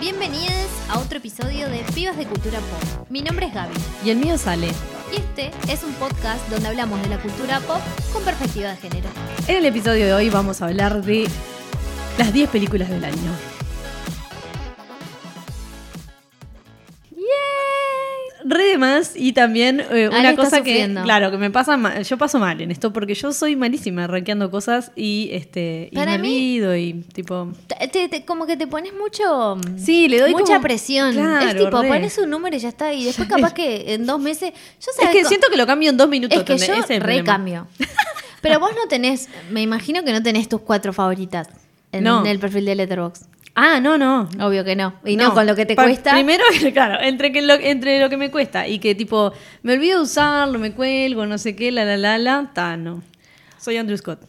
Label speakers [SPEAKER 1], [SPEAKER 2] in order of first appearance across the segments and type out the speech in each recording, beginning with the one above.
[SPEAKER 1] Bienvenidas a otro episodio de Pibas de Cultura Pop. Mi nombre es Gaby
[SPEAKER 2] Y el mío sale.
[SPEAKER 1] y este es un podcast donde hablamos de la cultura pop con perspectiva de género.
[SPEAKER 2] En el episodio de hoy vamos a hablar de las 10 películas del año. Re de más y también eh,
[SPEAKER 1] Ale
[SPEAKER 2] una
[SPEAKER 1] Ah, está
[SPEAKER 2] cosa que
[SPEAKER 1] sufriendo.
[SPEAKER 2] claro que me pasa ma- yo paso mal en esto porque yo soy malísima rankeando cosas y este y
[SPEAKER 1] Para
[SPEAKER 2] me
[SPEAKER 1] mí-
[SPEAKER 2] olvido y tipo
[SPEAKER 1] Te- te- te- como que te pones mucho. mm,
[SPEAKER 2] Sí, le doy
[SPEAKER 1] mucha
[SPEAKER 2] como-
[SPEAKER 1] presión.
[SPEAKER 2] Claro,
[SPEAKER 1] es tipo,
[SPEAKER 2] re.
[SPEAKER 1] pones un número y ya está. Y después, capaz que en dos meses. Yo
[SPEAKER 2] es
[SPEAKER 1] sabes
[SPEAKER 2] que
[SPEAKER 1] co-
[SPEAKER 2] siento que lo cambio en dos minutos
[SPEAKER 1] Es que
[SPEAKER 2] ¿entendés?
[SPEAKER 1] yo
[SPEAKER 2] Ese es el problema.
[SPEAKER 1] recambio. Pero vos no tenés. Me imagino que no tenés tus cuatro favoritas en
[SPEAKER 2] No.
[SPEAKER 1] el perfil de Letterboxd.
[SPEAKER 2] ah no no
[SPEAKER 1] Obvio que no. Y no, con lo que te
[SPEAKER 2] Pa-
[SPEAKER 1] cuesta.
[SPEAKER 2] Primero, claro, entre, que lo, entre lo que me cuesta y que tipo, me olvido de usarlo, me cuelgo, no sé qué, la la la la, ta, no. Soy Andrew Scott.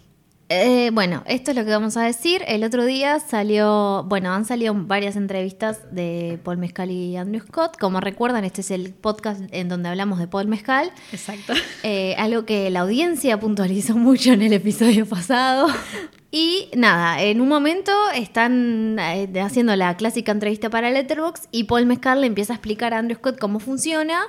[SPEAKER 1] Eh, bueno, esto es lo que vamos a decir. El otro día salió, bueno, han salido varias entrevistas de Paul Mezcal y Andrew Scott. Como recuerdan, este es el podcast en donde hablamos de Paul Mezcal.
[SPEAKER 2] Exacto.
[SPEAKER 1] Eh, algo que la audiencia puntualizó mucho en el episodio pasado. Y nada, en un momento están eh, haciendo la clásica entrevista para Letterboxd y Paul Mescal le empieza a explicar a Andrew Scott cómo funciona.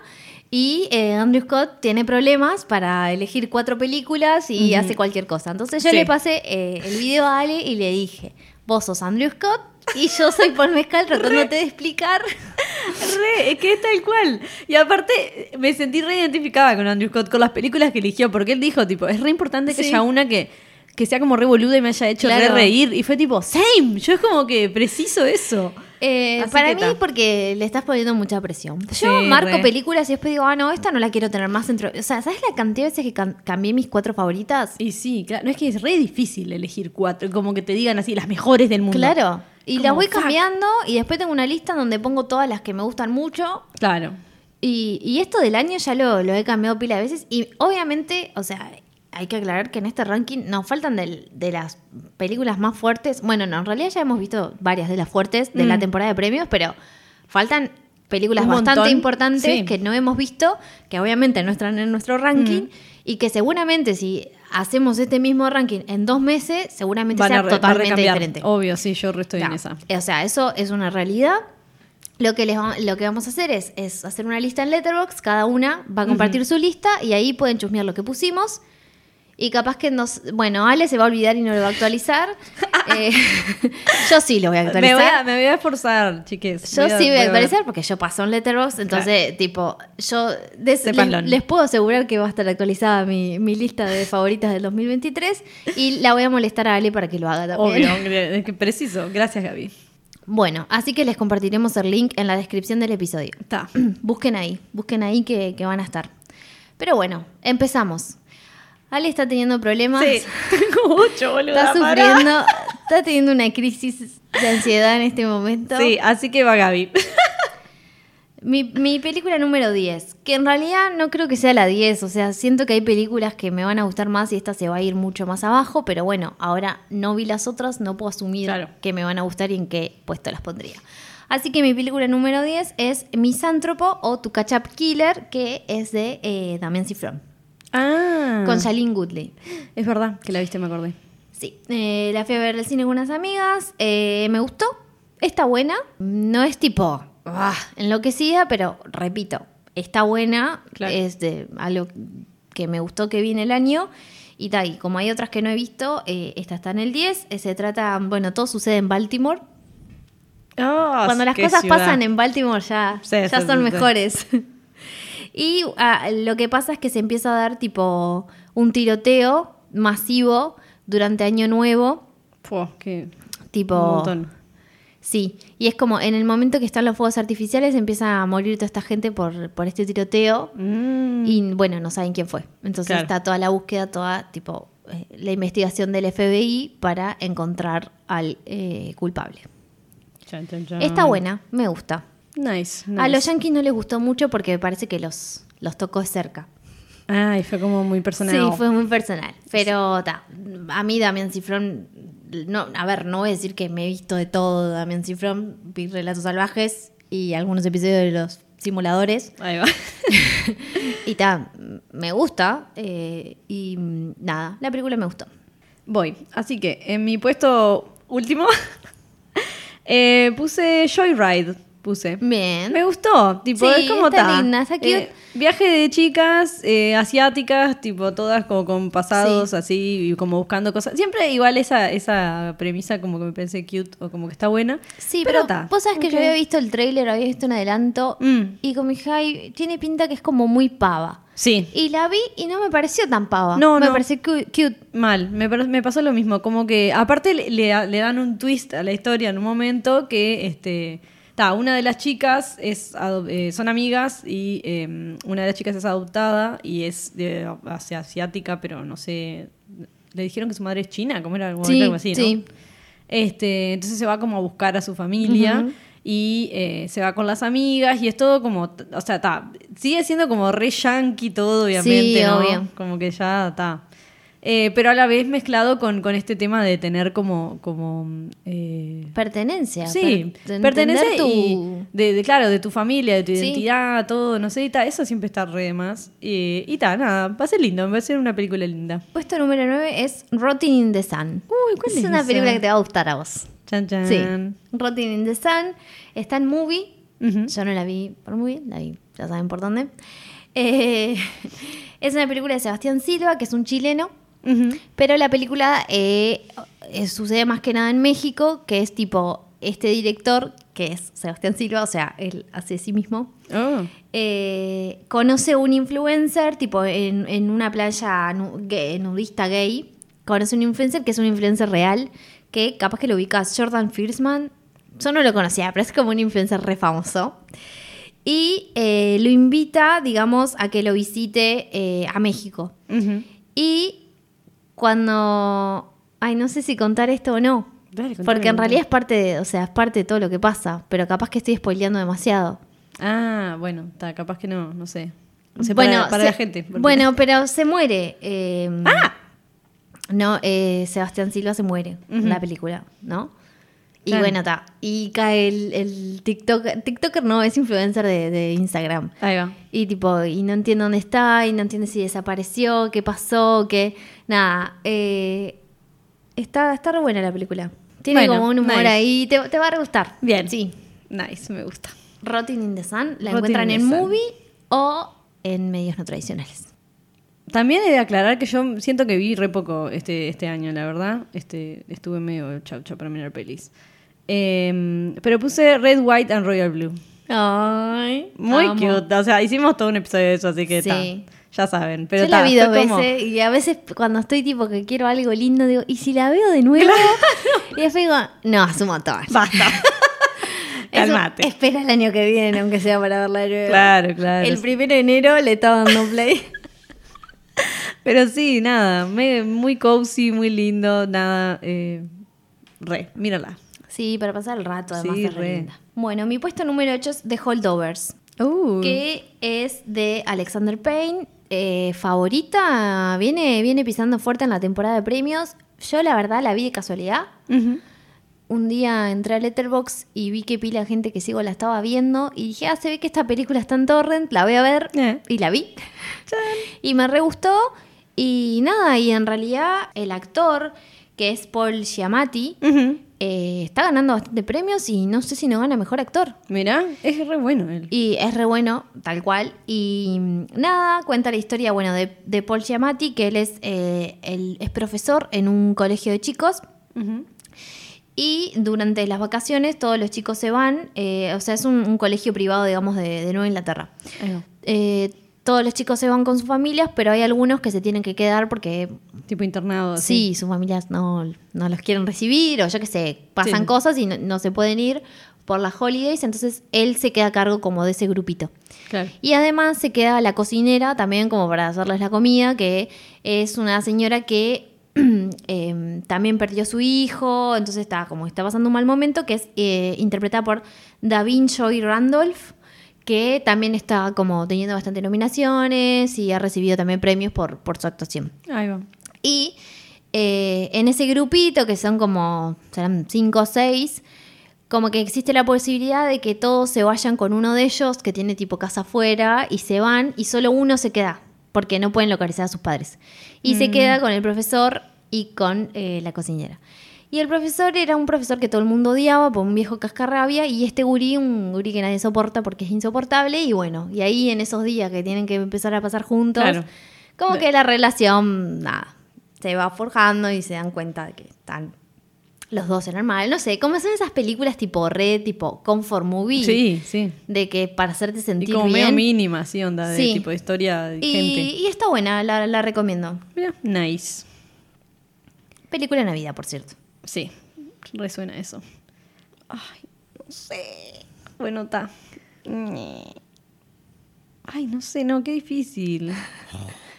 [SPEAKER 1] Y eh, Andrew Scott tiene problemas para elegir cuatro películas y hace cualquier cosa. Entonces yo
[SPEAKER 2] Sí.
[SPEAKER 1] le pasé eh, el video a Ale y le dije, vos sos Andrew Scott y yo soy Paul Mescal tratándote de explicar.
[SPEAKER 2] Re, es que es tal cual. Y aparte, me sentí re identificada con Andrew Scott, con las películas que eligió, porque él dijo, tipo, es re importante que
[SPEAKER 1] Sí.
[SPEAKER 2] haya una que, que sea como re boluda y me haya hecho re
[SPEAKER 1] Claro.
[SPEAKER 2] reír. Y fue tipo, same, yo es como que preciso eso.
[SPEAKER 1] Eh,
[SPEAKER 2] Así
[SPEAKER 1] para
[SPEAKER 2] que
[SPEAKER 1] mí,
[SPEAKER 2] ta.
[SPEAKER 1] porque le estás poniendo mucha presión. Yo
[SPEAKER 2] Sí,
[SPEAKER 1] marco
[SPEAKER 2] re.
[SPEAKER 1] películas y después digo, ah, no, esta no la quiero tener más dentro. O sea, ¿sabes la cantidad de veces que cam- cambié mis cuatro favoritas?
[SPEAKER 2] Y sí, claro, no es que es re difícil elegir cuatro, como que te digan así, las mejores del mundo.
[SPEAKER 1] Claro. Y
[SPEAKER 2] Como,
[SPEAKER 1] las voy
[SPEAKER 2] fuck.
[SPEAKER 1] cambiando y después tengo una lista donde pongo todas las que me gustan mucho.
[SPEAKER 2] Claro.
[SPEAKER 1] Y, y esto del año ya lo, lo he cambiado pila de veces. Y obviamente, o sea, hay que aclarar que en este ranking nos faltan del- de las películas más fuertes. Bueno, no, en realidad ya hemos visto varias de las fuertes de la
[SPEAKER 2] Mm.
[SPEAKER 1] temporada de premios, pero faltan películas
[SPEAKER 2] Un
[SPEAKER 1] bastante
[SPEAKER 2] montón,
[SPEAKER 1] importantes
[SPEAKER 2] sí.
[SPEAKER 1] que no hemos visto, que obviamente no están en nuestro ranking
[SPEAKER 2] Mm.
[SPEAKER 1] y que seguramente si hacemos este mismo ranking en dos meses, seguramente
[SPEAKER 2] Van a
[SPEAKER 1] sea
[SPEAKER 2] re- va a
[SPEAKER 1] totalmente
[SPEAKER 2] recambiar.
[SPEAKER 1] diferente.
[SPEAKER 2] Obvio, sí, yo re estoy en
[SPEAKER 1] No,
[SPEAKER 2] esa.
[SPEAKER 1] O sea, eso es una realidad. Lo que, les va- lo que vamos a hacer es, es hacer una lista en Letterboxd, cada una va a compartir su lista y ahí pueden chusmear lo que pusimos. Y capaz que nos... Bueno, Ale se va a olvidar y no lo va a actualizar. Eh, yo sí lo voy a
[SPEAKER 2] Me voy, a,
[SPEAKER 1] actualizar.
[SPEAKER 2] me voy a esforzar, chiques.
[SPEAKER 1] Yo sí voy a
[SPEAKER 2] ver.
[SPEAKER 1] actualizar porque yo paso en Letterboxd, entonces, tipo, yo des-
[SPEAKER 2] Sepan
[SPEAKER 1] les,
[SPEAKER 2] lo-
[SPEAKER 1] les puedo asegurar que va a estar actualizada mi, mi lista de favoritas del 2023 y la voy a molestar a Ale para que lo haga también.
[SPEAKER 2] Obvio, hombre, es que preciso. Gracias, Gaby.
[SPEAKER 1] Bueno, así que les compartiremos el link en la descripción del episodio.
[SPEAKER 2] Está.
[SPEAKER 1] Busquen ahí, busquen ahí que, que van a estar. Pero bueno, empezamos. Ale está teniendo problemas,
[SPEAKER 2] Sí, tengo mucho, boludo.
[SPEAKER 1] está sufriendo, está teniendo una crisis de ansiedad en este momento.
[SPEAKER 2] Sí, así que va Gaby.
[SPEAKER 1] Mi, mi película número 10, que en realidad no creo que sea la 10, o sea, siento que hay películas que me van a gustar más y esta se va a ir mucho más abajo, pero bueno, ahora no vi las otras, no puedo asumir
[SPEAKER 2] Claro.
[SPEAKER 1] que me van a gustar y en qué puesto las pondría. Así que mi película número 10 es Misántropo o Tu Catch Up Killer, que es de eh, Damien Cifrón,
[SPEAKER 2] Ah.
[SPEAKER 1] con Shailene Goodley.
[SPEAKER 2] Es verdad que la viste, me acordé.
[SPEAKER 1] Sí, eh, la fui a ver al cine con unas amigas, eh, me gustó, está buena, no es tipo ¡ah! enloquecida, pero repito, está buena,
[SPEAKER 2] Claro.
[SPEAKER 1] es de algo que me gustó que vi en el año. Y tal, y como hay otras que no he visto, eh, esta está en el 10. eh, se trata, bueno, todo sucede en Baltimore. Ah, Cuando las cosas pasan en Baltimore ya,
[SPEAKER 2] Sí,
[SPEAKER 1] ya son
[SPEAKER 2] sí, sí, sí.
[SPEAKER 1] mejores. y ah, lo que pasa es que se empieza a dar tipo un tiroteo masivo durante Año Nuevo.
[SPEAKER 2] que
[SPEAKER 1] Tipo.
[SPEAKER 2] un montón.
[SPEAKER 1] Sí, y es como en el momento que están los fuegos artificiales empieza a morir toda esta gente por, por este tiroteo
[SPEAKER 2] Mm.
[SPEAKER 1] y bueno, no saben quién fue. Entonces
[SPEAKER 2] Claro.
[SPEAKER 1] está toda la búsqueda, toda tipo eh, la investigación del FBI para encontrar al eh, culpable.
[SPEAKER 2] Chan, chan, chan.
[SPEAKER 1] Está buena, me gusta.
[SPEAKER 2] Nice.
[SPEAKER 1] A
[SPEAKER 2] nice.
[SPEAKER 1] los yankees no les gustó mucho porque me parece que los, los tocó de cerca.
[SPEAKER 2] Ay, fue como muy personal.
[SPEAKER 1] Sí, fue muy personal. Pero ta, a mí Damián Cifrón, no, a ver, no voy a decir que me he visto de todo de Damián Cifrón, vi Relatos Salvajes y algunos episodios de los simuladores.
[SPEAKER 2] Ahí va.
[SPEAKER 1] Y ta, me gusta. eh, y mm, nada, la película me gustó.
[SPEAKER 2] Voy. Así que en mi puesto último Eh, puse Joyride, puse.
[SPEAKER 1] Bien.
[SPEAKER 2] Me gustó, tipo,
[SPEAKER 1] Sí,
[SPEAKER 2] es como
[SPEAKER 1] está
[SPEAKER 2] ta.
[SPEAKER 1] linda, está cute.
[SPEAKER 2] Eh, viaje de chicas eh, asiáticas, tipo, todas como con pasados
[SPEAKER 1] Sí.
[SPEAKER 2] así y como buscando cosas. Siempre igual esa, esa premisa como que me parece cute o como que está buena.
[SPEAKER 1] Sí, pero,
[SPEAKER 2] ta.
[SPEAKER 1] vos sabés que yo
[SPEAKER 2] Ok.
[SPEAKER 1] había visto el tráiler, había visto un adelanto
[SPEAKER 2] Mm.
[SPEAKER 1] y como dije, ay, tiene pinta que es como muy pava.
[SPEAKER 2] Sí.
[SPEAKER 1] Y la vi y no me pareció tan pava.
[SPEAKER 2] No,
[SPEAKER 1] me
[SPEAKER 2] no.
[SPEAKER 1] pareció cu- cute.
[SPEAKER 2] Mal, me, par- me pasó lo mismo, como que aparte le, le- le dan un twist a la historia en un momento que este ta, una de las chicas es ado- eh, son amigas y eh, una de las chicas es adoptada y es de, hacia- asiática, pero no sé, le dijeron que su madre es china, como era algo,
[SPEAKER 1] Sí,
[SPEAKER 2] algo así, ¿no?
[SPEAKER 1] sí.
[SPEAKER 2] Este, entonces se va como a buscar a su familia
[SPEAKER 1] Ujú.
[SPEAKER 2] y eh, se va con las amigas y es todo como, t- o sea, ta, sigue siendo como re yankee todo, obviamente,
[SPEAKER 1] Sí,
[SPEAKER 2] ¿no?
[SPEAKER 1] obvio.
[SPEAKER 2] Como que ya está. Eh, pero a la vez mezclado con, con este tema de tener como... como eh,
[SPEAKER 1] Pertenencia.
[SPEAKER 2] sí,
[SPEAKER 1] per- entender
[SPEAKER 2] pertenecer
[SPEAKER 1] tu-
[SPEAKER 2] y de, de, claro, de tu familia, de tu
[SPEAKER 1] Sí.
[SPEAKER 2] identidad, todo, no sé, y ta, eso siempre está re de más. Eh, y tal, nada, va a ser lindo, va a ser una película linda.
[SPEAKER 1] Puesto número 9 es Rotting in the Sun.
[SPEAKER 2] Uy, ¿cuál es
[SPEAKER 1] es una
[SPEAKER 2] esa? Em.
[SPEAKER 1] película que te va a gustar a vos.
[SPEAKER 2] Chan, chan.
[SPEAKER 1] Sí. Rotting in the Sun. Está en movie.
[SPEAKER 2] Ujú.
[SPEAKER 1] Yo no la vi por movie, la vi, ya saben por dónde. Eh, es una película de Sebastián Silva, que es un chileno.
[SPEAKER 2] Ujú.
[SPEAKER 1] Pero la película eh, eh, sucede más que nada en México, que es tipo este director, que es Sebastián Silva, o sea, él hace sí mismo.
[SPEAKER 2] Oh.
[SPEAKER 1] eh, conoce un influencer, tipo en, en una playa nu- gay- nudista gay, conoce un influencer que es un influencer real, que capaz que lo ubicas, Jordan Fiersman, yo no lo conocía, pero es como un influencer re famoso. Y eh, lo invita, digamos, a que lo visite eh, a México.
[SPEAKER 2] Ujú.
[SPEAKER 1] Y cuando. Ay, no sé si contar esto o no.
[SPEAKER 2] Dale, contame,
[SPEAKER 1] Porque en
[SPEAKER 2] contame.
[SPEAKER 1] realidad es parte de, o sea, es parte de todo lo que pasa, pero capaz que estoy spoileando demasiado.
[SPEAKER 2] Ah, bueno, está, capaz que no, no sé. No sé,
[SPEAKER 1] bueno,
[SPEAKER 2] para, para
[SPEAKER 1] se-
[SPEAKER 2] la gente. porque-
[SPEAKER 1] Bueno, pero se muere. eh,
[SPEAKER 2] ¡Ah!
[SPEAKER 1] No, eh, Sebastián Silva se muere
[SPEAKER 2] Ujú.
[SPEAKER 1] en la película, ¿no? Y
[SPEAKER 2] Claro.
[SPEAKER 1] bueno, está. Y cae el, el TikTok, TikToker no, es influencer de, de Instagram.
[SPEAKER 2] Ahí va.
[SPEAKER 1] Y tipo, y no entiende dónde está, y no entiende si desapareció, qué pasó, qué. Nada. eh, está, está re buena la película. Tiene
[SPEAKER 2] Bueno,
[SPEAKER 1] como un humor
[SPEAKER 2] nice.
[SPEAKER 1] ahí. Te, te va a re gustar.
[SPEAKER 2] Bien.
[SPEAKER 1] Sí.
[SPEAKER 2] Nice, me gusta.
[SPEAKER 1] Rotting in the Sun la
[SPEAKER 2] Rotting
[SPEAKER 1] encuentran
[SPEAKER 2] in the
[SPEAKER 1] en
[SPEAKER 2] Sun.
[SPEAKER 1] movie o en medios no tradicionales.
[SPEAKER 2] También he de aclarar que yo siento que vi re poco este, este año, la verdad. Este, estuve medio chaucha para mirar pelis. Em, pero puse Red, White and Royal Blue.
[SPEAKER 1] Ay.
[SPEAKER 2] Muy cute. O sea, hicimos todo un episodio de eso, así que ta,
[SPEAKER 1] Sí.
[SPEAKER 2] ya saben. Pero
[SPEAKER 1] Yo la
[SPEAKER 2] ta,
[SPEAKER 1] vi dos
[SPEAKER 2] fue como-
[SPEAKER 1] veces y a veces cuando estoy tipo que quiero algo lindo, digo, ¿y si la veo de nuevo? Y después digo, no, es un montón.
[SPEAKER 2] Basta.
[SPEAKER 1] Es un-
[SPEAKER 2] Calmate.
[SPEAKER 1] Espera el año que viene, aunque sea para verla de nuevo.
[SPEAKER 2] Claro, claro.
[SPEAKER 1] El primero de enero le estaba dando play. eh.
[SPEAKER 2] Pero sí, nada, me- muy cozy, muy lindo, nada. eh, re, mírala.
[SPEAKER 1] sí, para pasar el rato, además
[SPEAKER 2] Sí,
[SPEAKER 1] es re
[SPEAKER 2] re.
[SPEAKER 1] linda. Bueno, mi puesto número 8 es The Holdovers, Uh.
[SPEAKER 2] ¿Qué?
[SPEAKER 1] que es de Alexander Payne. Eh, favorita, viene, viene pisando fuerte en la temporada de premios. Yo la verdad la vi de casualidad.
[SPEAKER 2] Ujú.
[SPEAKER 1] un día entré a Letterbox y vi que pila de gente que sigo la estaba viendo y dije, ah, se ve que esta película está en torrent, la voy a ver
[SPEAKER 2] Eh.
[SPEAKER 1] y la vi. y me re gustó y nada, y en realidad el actor, que es Paul Giamatti,
[SPEAKER 2] Ujú.
[SPEAKER 1] eh, está ganando bastante premios y no sé si no gana mejor actor.
[SPEAKER 2] Mirá, es re bueno él.
[SPEAKER 1] Y es re bueno, tal cual. Y mm, nada, cuenta la historia, bueno, de, de Paul Giamatti, que él es, eh, él es profesor en un colegio de chicos.
[SPEAKER 2] Ujú.
[SPEAKER 1] Y durante las vacaciones todos los chicos se van, eh, o sea, es un, un colegio privado, digamos, de, de Nueva Inglaterra.
[SPEAKER 2] Ahí va.
[SPEAKER 1] Eh, todos los chicos se van con sus familias, pero hay algunos que se tienen que quedar porque
[SPEAKER 2] Tipo internado. así.
[SPEAKER 1] sí, sus familias no, no los quieren recibir o yo qué sé, pasan
[SPEAKER 2] Sí.
[SPEAKER 1] cosas y no, no se pueden ir por las holidays, entonces él se queda a cargo como de ese grupito.
[SPEAKER 2] Claro.
[SPEAKER 1] Y además se queda la cocinera también como para hacerles la comida, que es una señora que eh, también perdió su hijo, entonces está como está pasando un mal momento, que es eh, interpretada por Davin Joy Randolph, que también está como teniendo bastante nominaciones y ha recibido también premios por, por su actuación.
[SPEAKER 2] Ahí va.
[SPEAKER 1] Y eh, en ese grupito, que son como, serán cinco o seis, como que existe la posibilidad de que todos se vayan con uno de ellos, que tiene tipo casa afuera, y se van, y solo uno se queda, porque no pueden localizar a sus padres. Y se queda con el profesor y con eh, la cocinera. Y el profesor era un profesor que todo el mundo odiaba, por un viejo cascarrabia, y este gurí, un gurí que nadie soporta porque es insoportable, y bueno, y ahí en esos días que tienen que empezar a pasar juntos,
[SPEAKER 2] Claro.
[SPEAKER 1] como
[SPEAKER 2] Ve-
[SPEAKER 1] que la relación, nada, se va forjando y se dan cuenta de que están los dos en el mal. No sé, como son esas películas tipo red, tipo comfort movie,
[SPEAKER 2] Sí, sí.
[SPEAKER 1] de que para hacerte
[SPEAKER 2] Y
[SPEAKER 1] sentir
[SPEAKER 2] como medio
[SPEAKER 1] bien.
[SPEAKER 2] mínima, sí, onda de
[SPEAKER 1] Sí.
[SPEAKER 2] tipo de historia de
[SPEAKER 1] y,
[SPEAKER 2] gente.
[SPEAKER 1] y está buena, la, la recomiendo.
[SPEAKER 2] Mira, nice.
[SPEAKER 1] Película de Navidad, por cierto.
[SPEAKER 2] Sí, resuena eso. Ay, no sé. Bueno, está. Ay, no sé, no, qué difícil.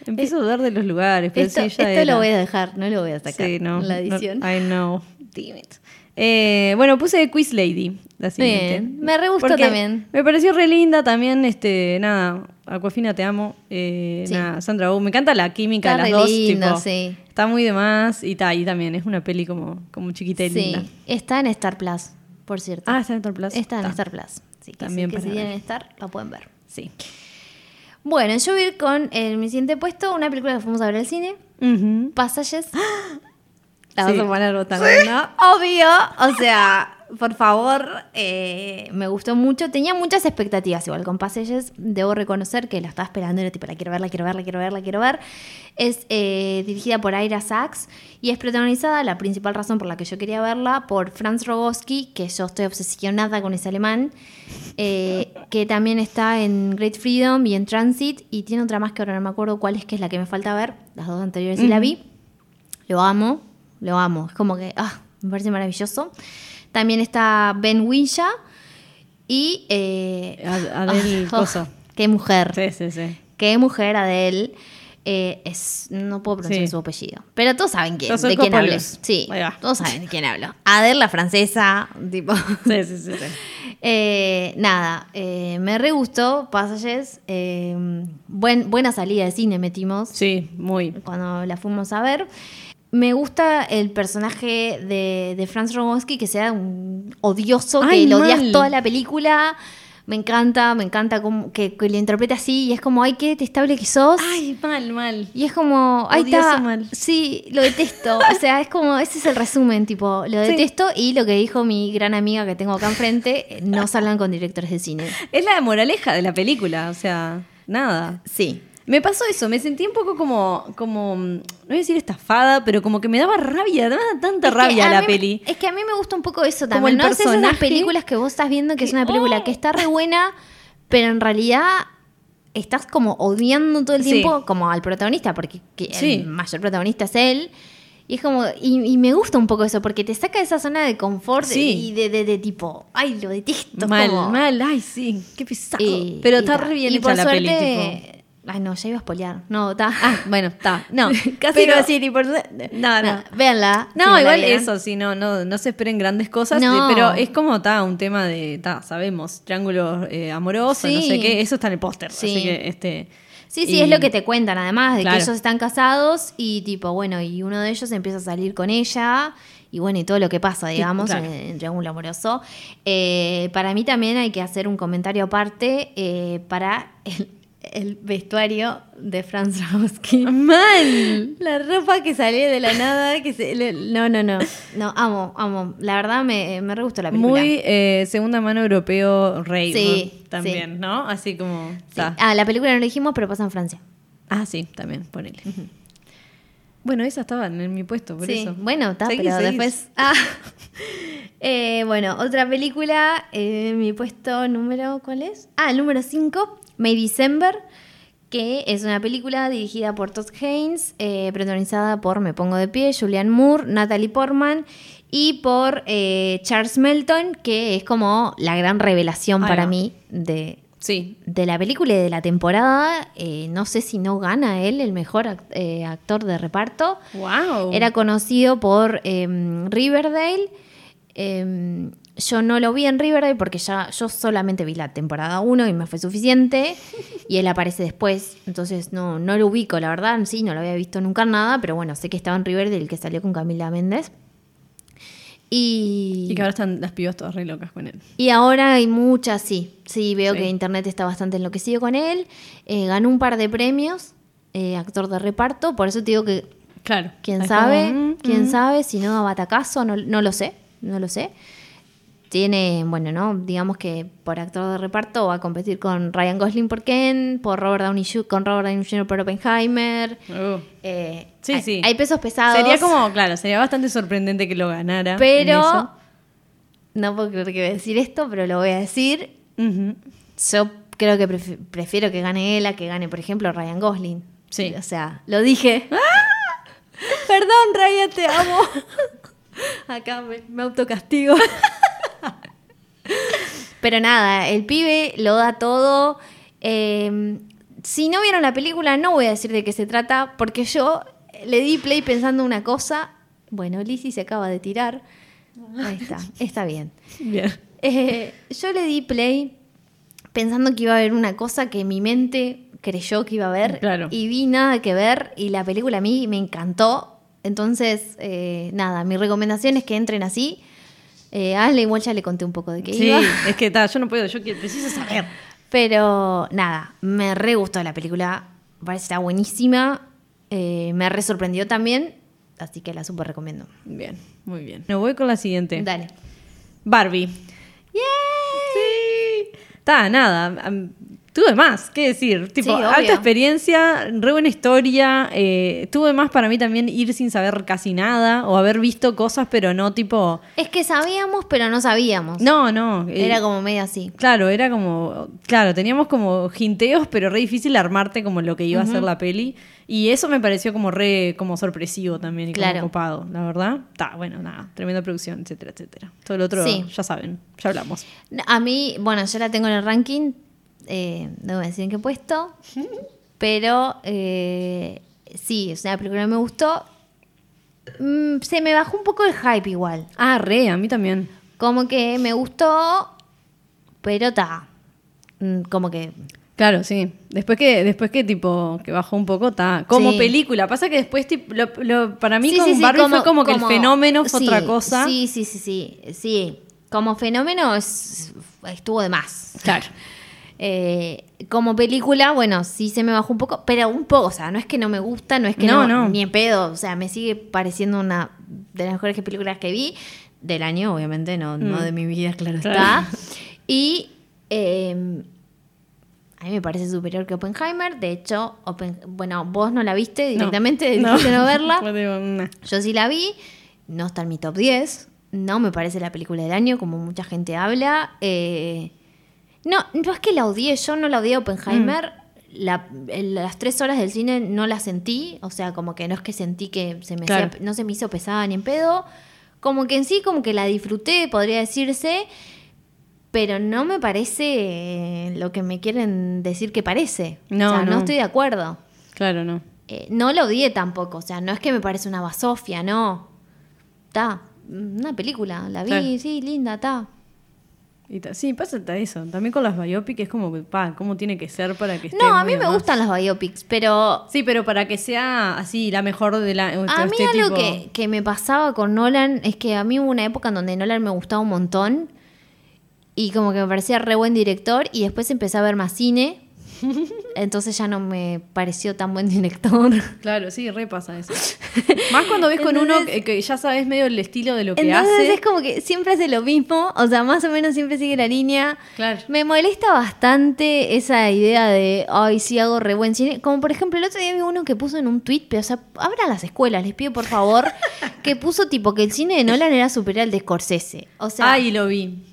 [SPEAKER 2] Empiezo a dudar de los lugares, pero
[SPEAKER 1] Esto,
[SPEAKER 2] sí, ya
[SPEAKER 1] esto
[SPEAKER 2] era.
[SPEAKER 1] lo voy a dejar, no lo voy a sacar
[SPEAKER 2] Sí, no.
[SPEAKER 1] en la
[SPEAKER 2] no,
[SPEAKER 1] edición.
[SPEAKER 2] I know. Damn it. Eh, bueno, puse Quiz Lady. La siguiente.
[SPEAKER 1] Bien, me re gustó
[SPEAKER 2] Porque
[SPEAKER 1] también.
[SPEAKER 2] Me pareció re linda también. Este, nada, Aquafina, te amo. Eh,
[SPEAKER 1] Sí.
[SPEAKER 2] Nada, Sandra Oh, me encanta la química
[SPEAKER 1] Está
[SPEAKER 2] de
[SPEAKER 1] re
[SPEAKER 2] las dos.
[SPEAKER 1] lindo,
[SPEAKER 2] tipo,
[SPEAKER 1] sí.
[SPEAKER 2] Está muy de más y está ahí también. Es una peli como, como chiquita y linda.
[SPEAKER 1] Sí, está en Star Plus, por cierto.
[SPEAKER 2] Ah, está en Star Plus.
[SPEAKER 1] Está en
[SPEAKER 2] Ta.
[SPEAKER 1] Star Plus. Sí, que
[SPEAKER 2] También
[SPEAKER 1] sí, que
[SPEAKER 2] para
[SPEAKER 1] si
[SPEAKER 2] ver.
[SPEAKER 1] tienen Star, la pueden ver.
[SPEAKER 2] Sí.
[SPEAKER 1] Bueno, yo voy a ir con eh, mi siguiente puesto, una película que fuimos a ver al cine,
[SPEAKER 2] Ujú.
[SPEAKER 1] Passages. La
[SPEAKER 2] Sí.
[SPEAKER 1] vas a poner vos también, ¿no? Obvio, o sea, por favor, eh, me gustó mucho. Tenía muchas expectativas igual con Passages. Debo reconocer que la estaba esperando, era tipo, la quiero ver, la quiero ver, la quiero ver, la quiero ver. Es eh, dirigida por Aira Sachs y es protagonizada, la principal razón por la que yo quería verla, por Franz Rogowski, que yo estoy obsesionada con ese alemán, eh, que también está en Great Freedom y en Transit, y tiene otra más que ahora no me acuerdo cuál es, que es la que me falta ver, las dos anteriores sí la vi. Lo amo, lo amo. Es como que, ah, me parece maravilloso. También está Ben Winja y... Eh,
[SPEAKER 2] Ad- Adele Coso.
[SPEAKER 1] qué mujer.
[SPEAKER 2] Sí, sí, sí.
[SPEAKER 1] Qué mujer Adele. Eh, es, no puedo pronunciar
[SPEAKER 2] Sí.
[SPEAKER 1] su apellido. Pero todos saben quién,
[SPEAKER 2] Yo soy
[SPEAKER 1] de quién hablo.
[SPEAKER 2] Coppolos.
[SPEAKER 1] Sí,
[SPEAKER 2] Ahí va.
[SPEAKER 1] todos saben de quién hablo. Adele, la francesa, tipo...
[SPEAKER 2] Sí, sí, sí. sí.
[SPEAKER 1] Eh, nada, eh, me re gustó Passages. eh, buen, buena salida de cine metimos
[SPEAKER 2] Sí, muy.
[SPEAKER 1] cuando la fuimos a ver. Me gusta el personaje de, de Franz Rogowski, que sea un odioso,
[SPEAKER 2] Ay,
[SPEAKER 1] que lo odias
[SPEAKER 2] mal.
[SPEAKER 1] toda la película. Me encanta, me encanta cómo- que, que lo interprete así. Y es como, ay, qué detestable que sos.
[SPEAKER 2] Ay, mal, mal.
[SPEAKER 1] y es como, ay,
[SPEAKER 2] odioso
[SPEAKER 1] está.
[SPEAKER 2] mal.
[SPEAKER 1] Sí, lo detesto. O sea, es como, ese es el resumen, tipo, lo
[SPEAKER 2] Sí.
[SPEAKER 1] detesto. Y lo que dijo mi gran amiga que tengo acá enfrente, eh, no salgan con directores de cine.
[SPEAKER 2] Es la moraleja de la película, o sea, nada.
[SPEAKER 1] Sí.
[SPEAKER 2] Me pasó eso, me sentí un poco como, como, mm, no voy a decir estafada, pero como que me daba rabia, me daba tanta
[SPEAKER 1] Es que
[SPEAKER 2] rabia
[SPEAKER 1] a
[SPEAKER 2] la
[SPEAKER 1] mí me-
[SPEAKER 2] peli.
[SPEAKER 1] Es que a mí me gusta un poco eso
[SPEAKER 2] Como
[SPEAKER 1] también.
[SPEAKER 2] el
[SPEAKER 1] no es esas
[SPEAKER 2] personaje. oh.
[SPEAKER 1] películas que vos estás viendo que es una película que está re buena, pero en realidad estás como odiando todo el
[SPEAKER 2] Sí.
[SPEAKER 1] tiempo como al protagonista, porque que
[SPEAKER 2] Sí.
[SPEAKER 1] el mayor protagonista es él. Y es como, y, y me gusta un poco eso, porque te saca de esa zona de confort
[SPEAKER 2] Sí.
[SPEAKER 1] y de, de- de tipo, ay, lo detesto.
[SPEAKER 2] Mal,
[SPEAKER 1] como-
[SPEAKER 2] mal, ay sí, qué pesado.
[SPEAKER 1] Y-
[SPEAKER 2] pero
[SPEAKER 1] y
[SPEAKER 2] está
[SPEAKER 1] ta.
[SPEAKER 2] re bien
[SPEAKER 1] Y
[SPEAKER 2] hecha
[SPEAKER 1] por
[SPEAKER 2] la peli,
[SPEAKER 1] suerte-
[SPEAKER 2] tipo. Ah,
[SPEAKER 1] Ay, no, ya iba a spoilear. No, está.
[SPEAKER 2] Bueno, está, no, casi
[SPEAKER 1] Pero-
[SPEAKER 2] iba a decir, y por suerte- no, no.
[SPEAKER 1] Véanla. si
[SPEAKER 2] No,
[SPEAKER 1] la
[SPEAKER 2] igual
[SPEAKER 1] vieron.
[SPEAKER 2] eso, sí, no, no, no se esperen grandes cosas,
[SPEAKER 1] No.
[SPEAKER 2] eh, pero es como está un tema de, está, sabemos, triángulo eh, amoroso, no
[SPEAKER 1] Sí.
[SPEAKER 2] sé qué, eso está en el póster,
[SPEAKER 1] Sí.
[SPEAKER 2] así que este...
[SPEAKER 1] Sí, sí,
[SPEAKER 2] y-
[SPEAKER 1] es lo que te cuentan, además, de
[SPEAKER 2] Claro.
[SPEAKER 1] que ellos están casados y tipo, bueno, y uno de ellos empieza a salir con ella y bueno, y todo lo que pasa, digamos,
[SPEAKER 2] claro.
[SPEAKER 1] en, en Triángulo Amoroso. Eh, para mí también hay que hacer un comentario aparte eh, para el, el vestuario de Franz Rogowski.
[SPEAKER 2] Mal.
[SPEAKER 1] La ropa que salió de la nada, que se... le- no, no, no. No, amo, amo. La verdad me, me re gustó la película.
[SPEAKER 2] Muy eh, segunda mano europeo rey
[SPEAKER 1] Sí,
[SPEAKER 2] ¿no? también, ¿no? Así como...
[SPEAKER 1] Sí.
[SPEAKER 2] ta.
[SPEAKER 1] Ah, la película no la dijimos, pero pasa en Francia.
[SPEAKER 2] Ah, sí, también, ponele. Bueno, esa estaba en mi puesto, por
[SPEAKER 1] sí.
[SPEAKER 2] eso.
[SPEAKER 1] Bueno, está,
[SPEAKER 2] Seguí,
[SPEAKER 1] pero
[SPEAKER 2] seguí.
[SPEAKER 1] después. Ah. Eh, bueno, otra película, eh, mi puesto número, ¿cuál es? Ah, el número 5, May December, que es una película dirigida por Todd Haynes, eh, protagonizada por Me Pongo de Pie, Julianne Moore, Natalie Portman y por eh, Charles Melton, que es como la gran revelación
[SPEAKER 2] Ahí
[SPEAKER 1] para
[SPEAKER 2] va.
[SPEAKER 1] mí de,
[SPEAKER 2] Sí.
[SPEAKER 1] de la película y de la temporada. Eh, no sé si no gana él el mejor act- eh, actor de reparto.
[SPEAKER 2] Wow.
[SPEAKER 1] Era conocido por em, Riverdale. Em, yo no lo vi en Riverdale porque ya yo solamente vi la temporada 1 y me fue suficiente. Y él aparece después. Entonces no, no lo ubico, la verdad. Sí, no lo había visto nunca en nada. Pero bueno, sé que estaba en Riverdale, que salió con Camila Méndez. Y,
[SPEAKER 2] Y que ahora están las pibas todas re locas con él.
[SPEAKER 1] y ahora hay muchas, sí. Sí, veo
[SPEAKER 2] Sí.
[SPEAKER 1] que Internet está bastante enloquecido con él. Eh, ganó un par de premios, eh, actor de reparto. Por eso te digo que
[SPEAKER 2] Claro.
[SPEAKER 1] ¿Quién
[SPEAKER 2] Es
[SPEAKER 1] sabe?
[SPEAKER 2] como, mm,
[SPEAKER 1] ¿Quién
[SPEAKER 2] mm.
[SPEAKER 1] sabe? Si no, batacazo, no, no lo sé, no lo sé. Tiene, bueno, ¿no? Digamos que por actor de reparto va a competir con Ryan Gosling por Ken, por Robert Downey Jr., con Robert Downey Jr. por Oppenheimer.
[SPEAKER 2] Uh.
[SPEAKER 1] Eh,
[SPEAKER 2] Sí,
[SPEAKER 1] hay,
[SPEAKER 2] sí.
[SPEAKER 1] Hay pesos pesados.
[SPEAKER 2] Sería como, claro, sería bastante sorprendente que lo ganara. en
[SPEAKER 1] Pero,
[SPEAKER 2] eso.
[SPEAKER 1] no puedo creer que voy a decir esto, pero lo voy a decir.
[SPEAKER 2] Ujú.
[SPEAKER 1] Yo creo que prefi- prefiero que gane él a que gane, por ejemplo, Ryan Gosling.
[SPEAKER 2] Sí.
[SPEAKER 1] O sea, lo dije.
[SPEAKER 2] Perdón, Raya, te amo.
[SPEAKER 1] Acá me, me autocastigo. Pero nada, el pibe lo da todo. Eh, si no vieron la película, no voy a decir de qué se trata, porque yo le di play pensando una cosa. Bueno, Lizzie se acaba de tirar. Ahí está, está bien.
[SPEAKER 2] Bien.
[SPEAKER 1] Eh, yo le di play pensando que iba a haber una cosa que mi mente creyó que iba a haber
[SPEAKER 2] Claro.
[SPEAKER 1] y vi nada que ver y la película a mí me encantó. Entonces, eh, nada, mi recomendación es que entren así. Eh, a Ale igual ya le conté un poco de qué
[SPEAKER 2] Sí,
[SPEAKER 1] iba.
[SPEAKER 2] es que ta, yo no puedo, yo que- preciso saber.
[SPEAKER 1] Pero nada, me re gustó la película. Me parece que está buenísima. Eh, me re sorprendió también. Así que la super recomiendo.
[SPEAKER 2] Bien, muy bien. Me voy con la siguiente.
[SPEAKER 1] Dale.
[SPEAKER 2] Barbie. Sí. Ta, nada. am- Tuve más, ¿qué decir? Tipo,
[SPEAKER 1] Sí, obvio.
[SPEAKER 2] alta experiencia, re buena historia. eh, tuve más para mí también ir sin saber casi nada o haber visto cosas, pero no tipo.
[SPEAKER 1] Es que sabíamos, pero no sabíamos.
[SPEAKER 2] No, no. eh,
[SPEAKER 1] Era como medio así.
[SPEAKER 2] Claro, era como. Claro, teníamos como jinteos, pero re difícil armarte como lo que iba a ser la peli. Y eso me pareció como re como sorpresivo también y como
[SPEAKER 1] Claro.
[SPEAKER 2] copado, la verdad. Ta, bueno, nada, tremenda producción, etcétera, etcétera. Todo lo otro,
[SPEAKER 1] Sí.
[SPEAKER 2] ya saben, ya hablamos.
[SPEAKER 1] A mí, bueno, yo la tengo en el ranking, eh, no voy a decir en qué puesto, pero eh, sí, es una película que me gustó. Mm, se me bajó un poco el hype igual.
[SPEAKER 2] Ah, re, a mí también.
[SPEAKER 1] Como que me gustó, pero está. Como que
[SPEAKER 2] Claro, sí. Después que, después que tipo, que bajó un poco, ta. Como
[SPEAKER 1] Sí.
[SPEAKER 2] película. Pasa que después, tipo, lo- lo- para mí
[SPEAKER 1] Sí,
[SPEAKER 2] con
[SPEAKER 1] sí, sí,
[SPEAKER 2] Barbie fue como, que el fenómeno fue
[SPEAKER 1] sí,
[SPEAKER 2] otra cosa.
[SPEAKER 1] Sí, sí, sí, sí, sí. Como fenómeno es- estuvo de más.
[SPEAKER 2] Claro.
[SPEAKER 1] Eh, como película, bueno, sí se me bajó un poco, pero un poco, o sea, no es que no me gusta, no es que
[SPEAKER 2] No,
[SPEAKER 1] no,
[SPEAKER 2] no.
[SPEAKER 1] ni en pedo, o sea, me sigue pareciendo una de las mejores películas que vi del año, obviamente, no, no de mi vida, claro,
[SPEAKER 2] Mm. Claro.
[SPEAKER 1] está. Y eh, a mí me parece superior que Oppenheimer, de hecho, Oppen- bueno, vos no la viste directamente,
[SPEAKER 2] No.
[SPEAKER 1] decidiste no verla.
[SPEAKER 2] Fue tipo, nah.
[SPEAKER 1] Yo sí la vi, no está en mi top 10, no me parece la película del año, como mucha gente habla. eh, no, no es que la odié, yo no la odié a Oppenheimer.
[SPEAKER 2] Mm.
[SPEAKER 1] La- el- las tres horas del cine no las sentí, o sea, como que no es que sentí que se me
[SPEAKER 2] Claro.
[SPEAKER 1] hacía- no se me hizo pesada ni en pedo. Como que en sí, como que la disfruté, podría decirse, pero no me parece eh, lo que me quieren decir que parece.
[SPEAKER 2] No,
[SPEAKER 1] o sea,
[SPEAKER 2] no.
[SPEAKER 1] no estoy de acuerdo.
[SPEAKER 2] Claro, no.
[SPEAKER 1] Eh, no lo odié tampoco, o sea, no es que me parece una basofia, no. Está, una película, la vi,
[SPEAKER 2] Claro.
[SPEAKER 1] sí, linda, está.
[SPEAKER 2] Y ta- sí, pasa ta eso. También con las biopic es como que, pa, ¿cómo tiene que ser para que esté
[SPEAKER 1] No, a
[SPEAKER 2] muy
[SPEAKER 1] mí me
[SPEAKER 2] demás?
[SPEAKER 1] gustan las biopics, pero
[SPEAKER 2] Sí, pero para que sea así la mejor de la.
[SPEAKER 1] a mí
[SPEAKER 2] este
[SPEAKER 1] algo
[SPEAKER 2] tipo-
[SPEAKER 1] que, que me pasaba con Nolan es que a mí hubo una época en donde Nolan me gustaba un montón y como que me parecía re buen director y después empecé a ver más cine, entonces ya no me pareció tan buen director.
[SPEAKER 2] Claro, sí, repasa eso. Más cuando ves con uno
[SPEAKER 1] Entonces-
[SPEAKER 2] que, que ya sabes medio el estilo de lo que
[SPEAKER 1] Entonces
[SPEAKER 2] hace.
[SPEAKER 1] es como que siempre hace lo mismo, o sea, más o menos siempre sigue la línea.
[SPEAKER 2] Claro.
[SPEAKER 1] Me molesta bastante esa idea de, ay, sí hago re buen cine. Como por ejemplo, el otro día vi uno que puso en un tweet, pero o sea, abran las escuelas, les pido por favor, que puso tipo que el cine de Nolan era superior al de Scorsese. O sea,
[SPEAKER 2] Ay, lo vi.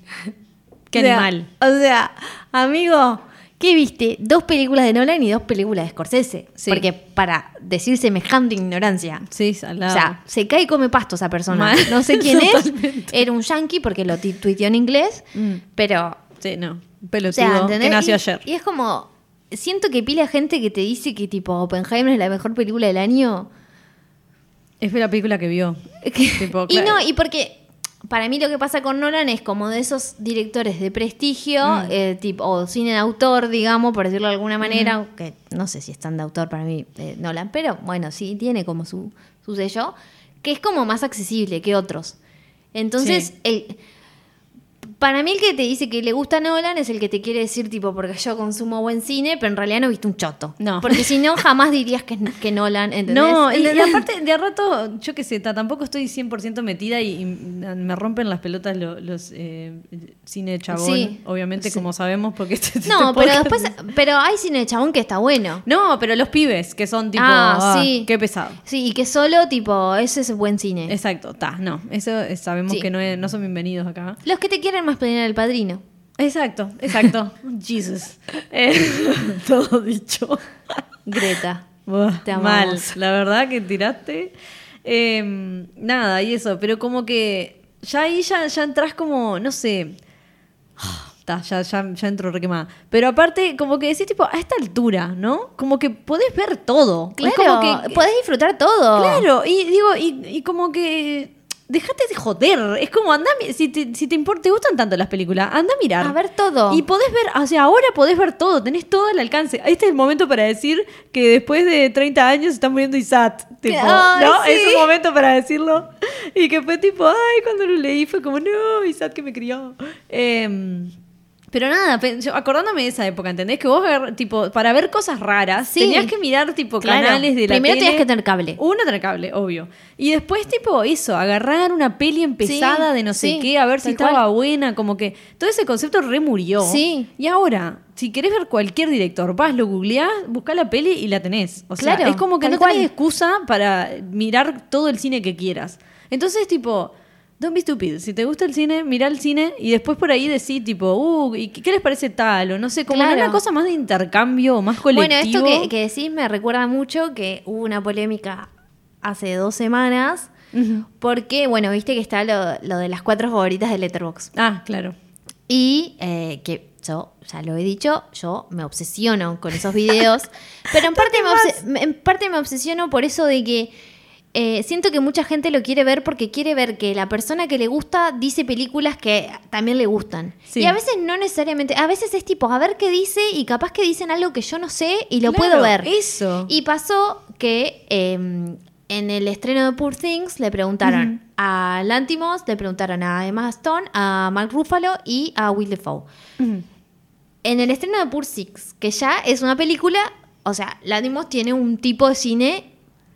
[SPEAKER 2] Qué
[SPEAKER 1] o sea,
[SPEAKER 2] animal.
[SPEAKER 1] O sea, amigo, ¿qué viste? Dos películas de Nolan y dos películas de Scorsese.
[SPEAKER 2] Sí.
[SPEAKER 1] Porque para decir semejante ignorancia.
[SPEAKER 2] Sí, salado.
[SPEAKER 1] O sea, se cae y come pasto esa persona.
[SPEAKER 2] Mal.
[SPEAKER 1] No sé quién es.
[SPEAKER 2] Totalmente.
[SPEAKER 1] Era un yankee porque lo ti- tuiteó en inglés.
[SPEAKER 2] Mm.
[SPEAKER 1] Pero,
[SPEAKER 2] sí, no. un
[SPEAKER 1] o
[SPEAKER 2] Pelotudo
[SPEAKER 1] sea, ¿entendés?
[SPEAKER 2] que
[SPEAKER 1] y,
[SPEAKER 2] nació ayer.
[SPEAKER 1] y es como, siento que pila gente que te dice que tipo Oppenheimer es la mejor película del año.
[SPEAKER 2] Es la película que vio. Tipo,
[SPEAKER 1] y
[SPEAKER 2] claro.
[SPEAKER 1] no, y porque para mí lo que pasa con Nolan es como de esos directores de prestigio,
[SPEAKER 2] Mm.
[SPEAKER 1] eh, tipo, o cine de autor, digamos, por decirlo de alguna manera, aunque no sé si es tan de autor para mí eh, Nolan, pero bueno, sí tiene como su, su sello, que es como más accesible que otros. Entonces,
[SPEAKER 2] Sí.
[SPEAKER 1] el- Para mí el que te dice que le gusta Nolan es el que te quiere decir, tipo, porque yo consumo buen cine, pero en realidad no viste un choto.
[SPEAKER 2] No.
[SPEAKER 1] Porque si no, jamás dirías que, que Nolan, ¿entendés?
[SPEAKER 2] No, y, y
[SPEAKER 1] ¿Entendés?
[SPEAKER 2] aparte, de a rato, yo qué sé, ta, tampoco estoy 100% metida y, y me rompen las pelotas lo- los eh, cine chabón,
[SPEAKER 1] Sí,
[SPEAKER 2] obviamente,
[SPEAKER 1] sí.
[SPEAKER 2] como sabemos, porque este, este
[SPEAKER 1] No, pero
[SPEAKER 2] podcast-
[SPEAKER 1] después, pero hay cine de chabón que está bueno.
[SPEAKER 2] No, pero los pibes, que son tipo,
[SPEAKER 1] Ah,
[SPEAKER 2] ah,
[SPEAKER 1] sí.
[SPEAKER 2] qué pesado.
[SPEAKER 1] Sí, y que solo, tipo, ese es buen cine.
[SPEAKER 2] Exacto, ta, no, eso eh, sabemos
[SPEAKER 1] Sí.
[SPEAKER 2] que no, es- no son bienvenidos acá.
[SPEAKER 1] Los que te quieren más planear el padrino.
[SPEAKER 2] Exacto, exacto. Jesus. Eh, todo dicho.
[SPEAKER 1] Greta.
[SPEAKER 2] Buah,
[SPEAKER 1] Te
[SPEAKER 2] mal,
[SPEAKER 1] amamos.
[SPEAKER 2] la verdad que tiraste. Eh, nada, y eso, pero como que ya ahí ya, ya entras como, no sé. Ta, ya, ya, ya entro requemada. Pero aparte, como que decís, tipo, a esta altura, ¿no? Como que podés ver todo.
[SPEAKER 1] Claro,
[SPEAKER 2] es como que,
[SPEAKER 1] podés disfrutar todo.
[SPEAKER 2] Claro, y digo, y, y como que. Déjate de joder. Es como, anda, mi- si te, si te impor- te gustan tanto las películas, anda a mirar.
[SPEAKER 1] A ver todo.
[SPEAKER 2] Y podés ver, o sea, ahora podés ver todo, tenés todo al alcance. Este es el momento para decir que después de 30 años está muriendo Isaac. Tipo,
[SPEAKER 1] Ay,
[SPEAKER 2] ¿no?
[SPEAKER 1] sí.
[SPEAKER 2] Es un momento para decirlo. Y que fue tipo, ay, cuando lo leí fue como, no, Isaac que me crió. Em, pero nada, pe- yo acordándome de esa época, ¿entendés? Que vos, agar- tipo, para ver cosas raras,
[SPEAKER 1] Sí.
[SPEAKER 2] tenías que mirar, tipo,
[SPEAKER 1] Claro.
[SPEAKER 2] canales de la
[SPEAKER 1] Primero
[SPEAKER 2] tele.
[SPEAKER 1] tenías que tener cable.
[SPEAKER 2] Uno tener cable, obvio. Y después, tipo, eso, agarrar una peli empezada
[SPEAKER 1] Sí,
[SPEAKER 2] de no sé
[SPEAKER 1] sí,
[SPEAKER 2] qué, a ver si
[SPEAKER 1] tal
[SPEAKER 2] estaba
[SPEAKER 1] cual.
[SPEAKER 2] buena, como que todo ese concepto re murió.
[SPEAKER 1] Sí.
[SPEAKER 2] Y ahora, si querés ver cualquier director, vas, lo googleás, buscás la peli y la tenés. O sea,
[SPEAKER 1] Claro,
[SPEAKER 2] es como que
[SPEAKER 1] tal
[SPEAKER 2] no
[SPEAKER 1] cual.
[SPEAKER 2] tenés excusa para mirar todo el cine que quieras. Entonces, tipo, don't be stupid. Si te gusta el cine, mirá el cine y después por ahí decís, tipo, uh, ¿y qué qué les parece tal? O no sé, como en
[SPEAKER 1] Claro.
[SPEAKER 2] una cosa más de intercambio, más colectivo.
[SPEAKER 1] Bueno, esto que, que decís me recuerda mucho que hubo una polémica hace dos semanas,
[SPEAKER 2] Ujú.
[SPEAKER 1] porque, bueno, viste que está lo, lo de las cuatro favoritas de Letterboxd.
[SPEAKER 2] Ah, claro.
[SPEAKER 1] Y eh, que yo, ya lo he dicho, yo me obsesiono con esos videos, pero en parte, me obse- me, en parte me obsesiono por eso de que eh, siento que mucha gente lo quiere ver porque quiere ver que la persona que le gusta dice películas que también le gustan.
[SPEAKER 2] Sí.
[SPEAKER 1] Y a veces no necesariamente, a veces es tipo, a ver qué dice y capaz que dicen algo que yo no sé y lo
[SPEAKER 2] Claro,
[SPEAKER 1] puedo ver.
[SPEAKER 2] Eso.
[SPEAKER 1] Y pasó que eh, en el estreno de Poor Things le preguntaron a Lantimos, le preguntaron a Emma Stone, a Mark Ruffalo y a Will Defoe.
[SPEAKER 2] Ujú.
[SPEAKER 1] En el estreno de Poor Six, que ya es una película, o sea, Lantimos tiene un tipo de cine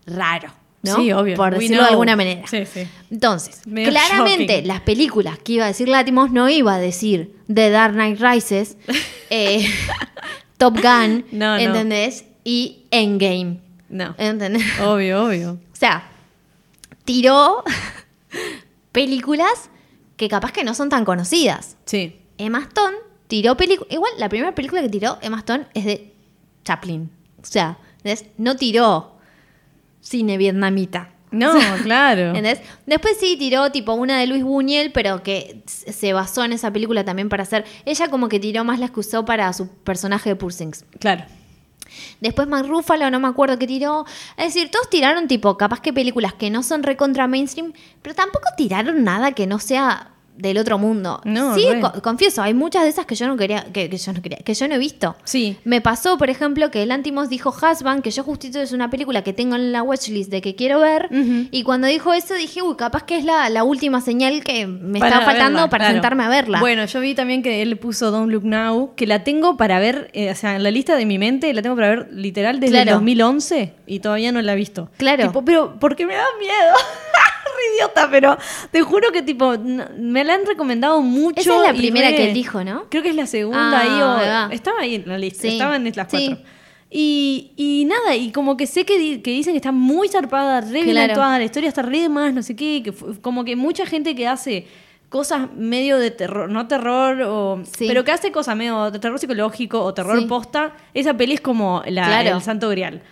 [SPEAKER 1] raro, ¿no?
[SPEAKER 2] Sí, obvio.
[SPEAKER 1] Por
[SPEAKER 2] We
[SPEAKER 1] decirlo de
[SPEAKER 2] know.
[SPEAKER 1] alguna manera.
[SPEAKER 2] Sí, sí.
[SPEAKER 1] Entonces,
[SPEAKER 2] Medio
[SPEAKER 1] claramente
[SPEAKER 2] shocking.
[SPEAKER 1] las películas que iba a decir Latimos no iba a decir The Dark Knight Rises, eh, Top Gun,
[SPEAKER 2] No, no.
[SPEAKER 1] ¿entendés? Y Endgame,
[SPEAKER 2] No.
[SPEAKER 1] ¿entendés?
[SPEAKER 2] Obvio, obvio.
[SPEAKER 1] O sea, tiró películas que capaz que no son tan conocidas.
[SPEAKER 2] Sí.
[SPEAKER 1] Emma Stone tiró películas. Igual, la primera película que tiró Emma Stone es de Chaplin. O sea, ¿entendés? no tiró cine vietnamita.
[SPEAKER 2] No, claro.
[SPEAKER 1] ¿Entendés? Después sí tiró tipo una de Luis Buñuel, pero que s- se basó en esa película también para hacer. Ella como que tiró más las que usó para su personaje de Poor Things.
[SPEAKER 2] Claro.
[SPEAKER 1] Después Mark Ruffalo, no me acuerdo qué tiró. Es decir, todos tiraron tipo, capaz que películas que no son recontra mainstream, pero tampoco tiraron nada que no sea del otro mundo.
[SPEAKER 2] No,
[SPEAKER 1] sí,
[SPEAKER 2] re.
[SPEAKER 1] co- confieso, hay muchas de esas que yo no quería, que, que yo no quería, que yo no he visto.
[SPEAKER 2] Sí.
[SPEAKER 1] Me pasó, por ejemplo, que el Antimos dijo Husband, que yo justito es una película que tengo en la watchlist de que quiero ver.
[SPEAKER 2] Ujú.
[SPEAKER 1] Y cuando dijo eso dije, uy, capaz que es la, la última señal que me
[SPEAKER 2] Para
[SPEAKER 1] está faltando
[SPEAKER 2] verla,
[SPEAKER 1] para
[SPEAKER 2] claro.
[SPEAKER 1] sentarme a verla.
[SPEAKER 2] Bueno, yo vi también que él puso Don't Look Now, que la tengo para ver, eh, o sea, en la lista de mi mente la tengo para ver literal desde el
[SPEAKER 1] Claro.
[SPEAKER 2] 2011 y todavía no la he visto.
[SPEAKER 1] Claro.
[SPEAKER 2] Tipo, pero porque me da miedo. Re idiota, pero te juro que tipo n- me la han recomendado mucho.
[SPEAKER 1] Esa es la
[SPEAKER 2] y
[SPEAKER 1] primera
[SPEAKER 2] re-
[SPEAKER 1] que él dijo, ¿no?
[SPEAKER 2] Creo que es la segunda
[SPEAKER 1] Ah,
[SPEAKER 2] ahí o-
[SPEAKER 1] ahí va.
[SPEAKER 2] estaba ahí en la lista,
[SPEAKER 1] Sí.
[SPEAKER 2] estaban las cuatro.
[SPEAKER 1] Sí.
[SPEAKER 2] Y, y nada, y como que sé que, di- que dicen que está muy zarpada, re bien
[SPEAKER 1] Claro.
[SPEAKER 2] actuada, la historia está re de más, no sé qué, que fu- como que mucha gente que hace cosas medio de terror, no terror, o,
[SPEAKER 1] Sí.
[SPEAKER 2] pero que hace cosas medio de terror psicológico o terror
[SPEAKER 1] Sí.
[SPEAKER 2] posta, esa peli es como la,
[SPEAKER 1] Claro.
[SPEAKER 2] el santo grial.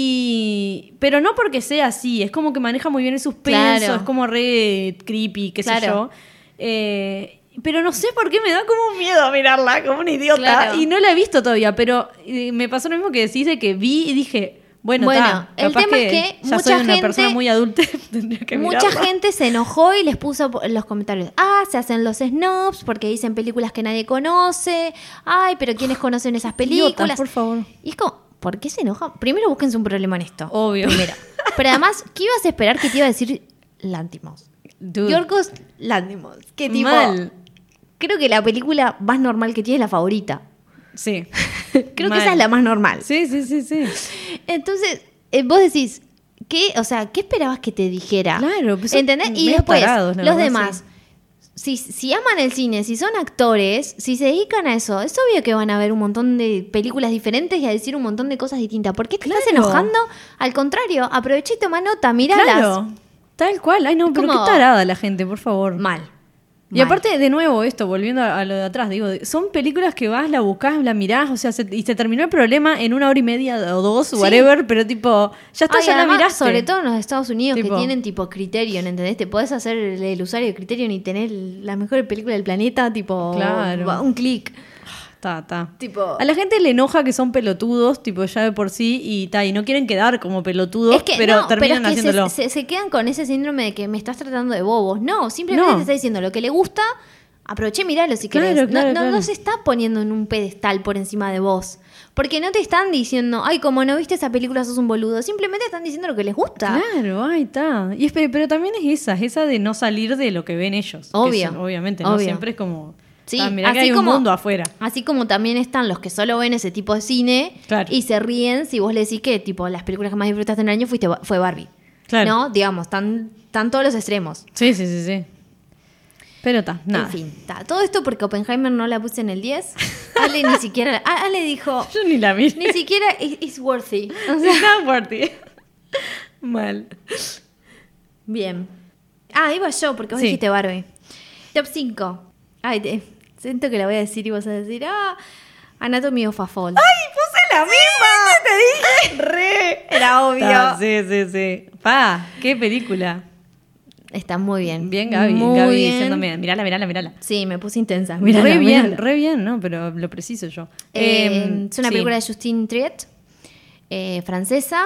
[SPEAKER 2] Y, pero no porque sea así, es como que maneja muy bien el suspenso,
[SPEAKER 1] Claro.
[SPEAKER 2] es como re creepy, qué sé yo.
[SPEAKER 1] Claro.
[SPEAKER 2] Eh, pero no sé por qué me da como un miedo mirarla, como un idiota.
[SPEAKER 1] Claro.
[SPEAKER 2] Y no la he visto todavía, pero eh, me pasó lo mismo que decís de que vi y dije, bueno,
[SPEAKER 1] Bueno,
[SPEAKER 2] ta,
[SPEAKER 1] el
[SPEAKER 2] capaz
[SPEAKER 1] tema es que
[SPEAKER 2] ya
[SPEAKER 1] mucha
[SPEAKER 2] soy una
[SPEAKER 1] gente-
[SPEAKER 2] persona muy adulta, tendría que
[SPEAKER 1] Mucha
[SPEAKER 2] mirarla.
[SPEAKER 1] gente se enojó y les puso po- en los comentarios, ah, se hacen los snobs porque dicen películas que nadie conoce, ay, pero ¿quiénes conocen esas películas?
[SPEAKER 2] Idiotas, por favor.
[SPEAKER 1] Y es como, ¿por qué se enojan? Primero búsquense un problema en esto.
[SPEAKER 2] Obvio.
[SPEAKER 1] Primero. Pero además, ¿qué ibas a esperar que te iba a decir Lantimos?
[SPEAKER 2] Dude,
[SPEAKER 1] Yorgos Lantimos. Que tipo,
[SPEAKER 2] mal.
[SPEAKER 1] creo que la película más normal que tiene es la favorita.
[SPEAKER 2] Sí.
[SPEAKER 1] Creo
[SPEAKER 2] Mal.
[SPEAKER 1] que esa es la más normal.
[SPEAKER 2] Sí, sí, sí, sí.
[SPEAKER 1] Entonces, eh, vos decís, ¿qué, o sea, ¿qué esperabas que te dijera?
[SPEAKER 2] Claro, pues son
[SPEAKER 1] ¿entendés? Y
[SPEAKER 2] medios
[SPEAKER 1] después,
[SPEAKER 2] tarados, la
[SPEAKER 1] los
[SPEAKER 2] verdad,
[SPEAKER 1] demás. Si, si aman el cine, si son actores, si se dedican a eso, es obvio que van a ver un montón de películas diferentes y a decir un montón de cosas distintas. ¿Por qué te estás
[SPEAKER 2] Claro.
[SPEAKER 1] enojando? Al contrario, aprovecha y toma nota, miralas.
[SPEAKER 2] Claro. Tal cual. Ay, no,
[SPEAKER 1] Es
[SPEAKER 2] pero
[SPEAKER 1] como-
[SPEAKER 2] qué tarada la gente, por favor.
[SPEAKER 1] Mal.
[SPEAKER 2] Y
[SPEAKER 1] Mal.
[SPEAKER 2] aparte, de nuevo, esto, volviendo a, a lo de atrás, digo, de- son películas que vas, la buscás, la mirás, o sea, se- y se terminó el problema en una hora y media o dos,
[SPEAKER 1] Sí.
[SPEAKER 2] whatever, pero tipo, ya está,
[SPEAKER 1] Ay,
[SPEAKER 2] ya la
[SPEAKER 1] además,
[SPEAKER 2] miraste.
[SPEAKER 1] Sobre todo en los Estados Unidos
[SPEAKER 2] Tipo-
[SPEAKER 1] que tienen tipo Criterion, ¿entendés? Te podés hacer el, el usuario de Criterion y tener la mejor película del planeta, tipo
[SPEAKER 2] Claro.
[SPEAKER 1] va- un clic.
[SPEAKER 2] Ta, ta.
[SPEAKER 1] Tipo-
[SPEAKER 2] a la gente le enoja que son pelotudos, tipo, ya de por sí, y ta, y no quieren quedar como pelotudos,
[SPEAKER 1] Es que,
[SPEAKER 2] pero
[SPEAKER 1] no,
[SPEAKER 2] terminan
[SPEAKER 1] pero es que se-
[SPEAKER 2] haciéndolo.
[SPEAKER 1] Se, se quedan con ese síndrome de que me estás tratando de bobos. No, simplemente
[SPEAKER 2] No.
[SPEAKER 1] te está diciendo lo que le gusta, aproveché, miralo si querés.
[SPEAKER 2] Claro,
[SPEAKER 1] No-
[SPEAKER 2] claro,
[SPEAKER 1] no,
[SPEAKER 2] claro.
[SPEAKER 1] no se está poniendo en un pedestal por encima de vos. Porque no te están diciendo, ay, como no viste esa película sos un boludo. Simplemente están diciendo lo que les gusta.
[SPEAKER 2] Claro, ahí está. Y es- pero, pero también es esa, es esa de no salir de lo que ven ellos. que
[SPEAKER 1] Obvio,
[SPEAKER 2] es- obviamente, no
[SPEAKER 1] obvio.
[SPEAKER 2] siempre es como.
[SPEAKER 1] Sí,
[SPEAKER 2] ta, Ah, mirá que
[SPEAKER 1] así
[SPEAKER 2] hay
[SPEAKER 1] como-
[SPEAKER 2] un mundo afuera.
[SPEAKER 1] Así como también están los que solo ven ese tipo de cine
[SPEAKER 2] Claro.
[SPEAKER 1] y se ríen si vos le decís que tipo las películas que más disfrutaste en el año fuiste, fue Barbie.
[SPEAKER 2] Claro.
[SPEAKER 1] ¿No? Digamos, están, están todos los extremos.
[SPEAKER 2] Sí, sí, sí, sí. Pero está, nada.
[SPEAKER 1] En fin, ta. todo esto porque Oppenheimer no la puse en el 10. Ale ni siquiera. A- Ale dijo,
[SPEAKER 2] Yo ni la vi.
[SPEAKER 1] ni siquiera is, is worthy. O sea,
[SPEAKER 2] Está fuerte. Mal.
[SPEAKER 1] bien. Ah, iba yo porque vos
[SPEAKER 2] Sí.
[SPEAKER 1] dijiste Barbie. Top 5. Ay, te- siento que la voy a decir y vas a decir, ah, Anatomy of a Fall.
[SPEAKER 2] puse la misma! ¡Te dije! ¡Re!
[SPEAKER 1] Era obvio.
[SPEAKER 2] sí, sí, sí. Pa, qué película.
[SPEAKER 1] Está muy bien.
[SPEAKER 2] Bien, Gaby.
[SPEAKER 1] Muy
[SPEAKER 2] Gaby
[SPEAKER 1] bien.
[SPEAKER 2] diciéndome, mirala, mirala, mirala.
[SPEAKER 1] Sí, me puse intensa.
[SPEAKER 2] Mirala,
[SPEAKER 1] Re
[SPEAKER 2] re bien,
[SPEAKER 1] mirala.
[SPEAKER 2] re bien, ¿no? Pero lo preciso yo.
[SPEAKER 1] Eh,
[SPEAKER 2] Em,
[SPEAKER 1] es una
[SPEAKER 2] sí.
[SPEAKER 1] película de Justine Triet, eh, francesa.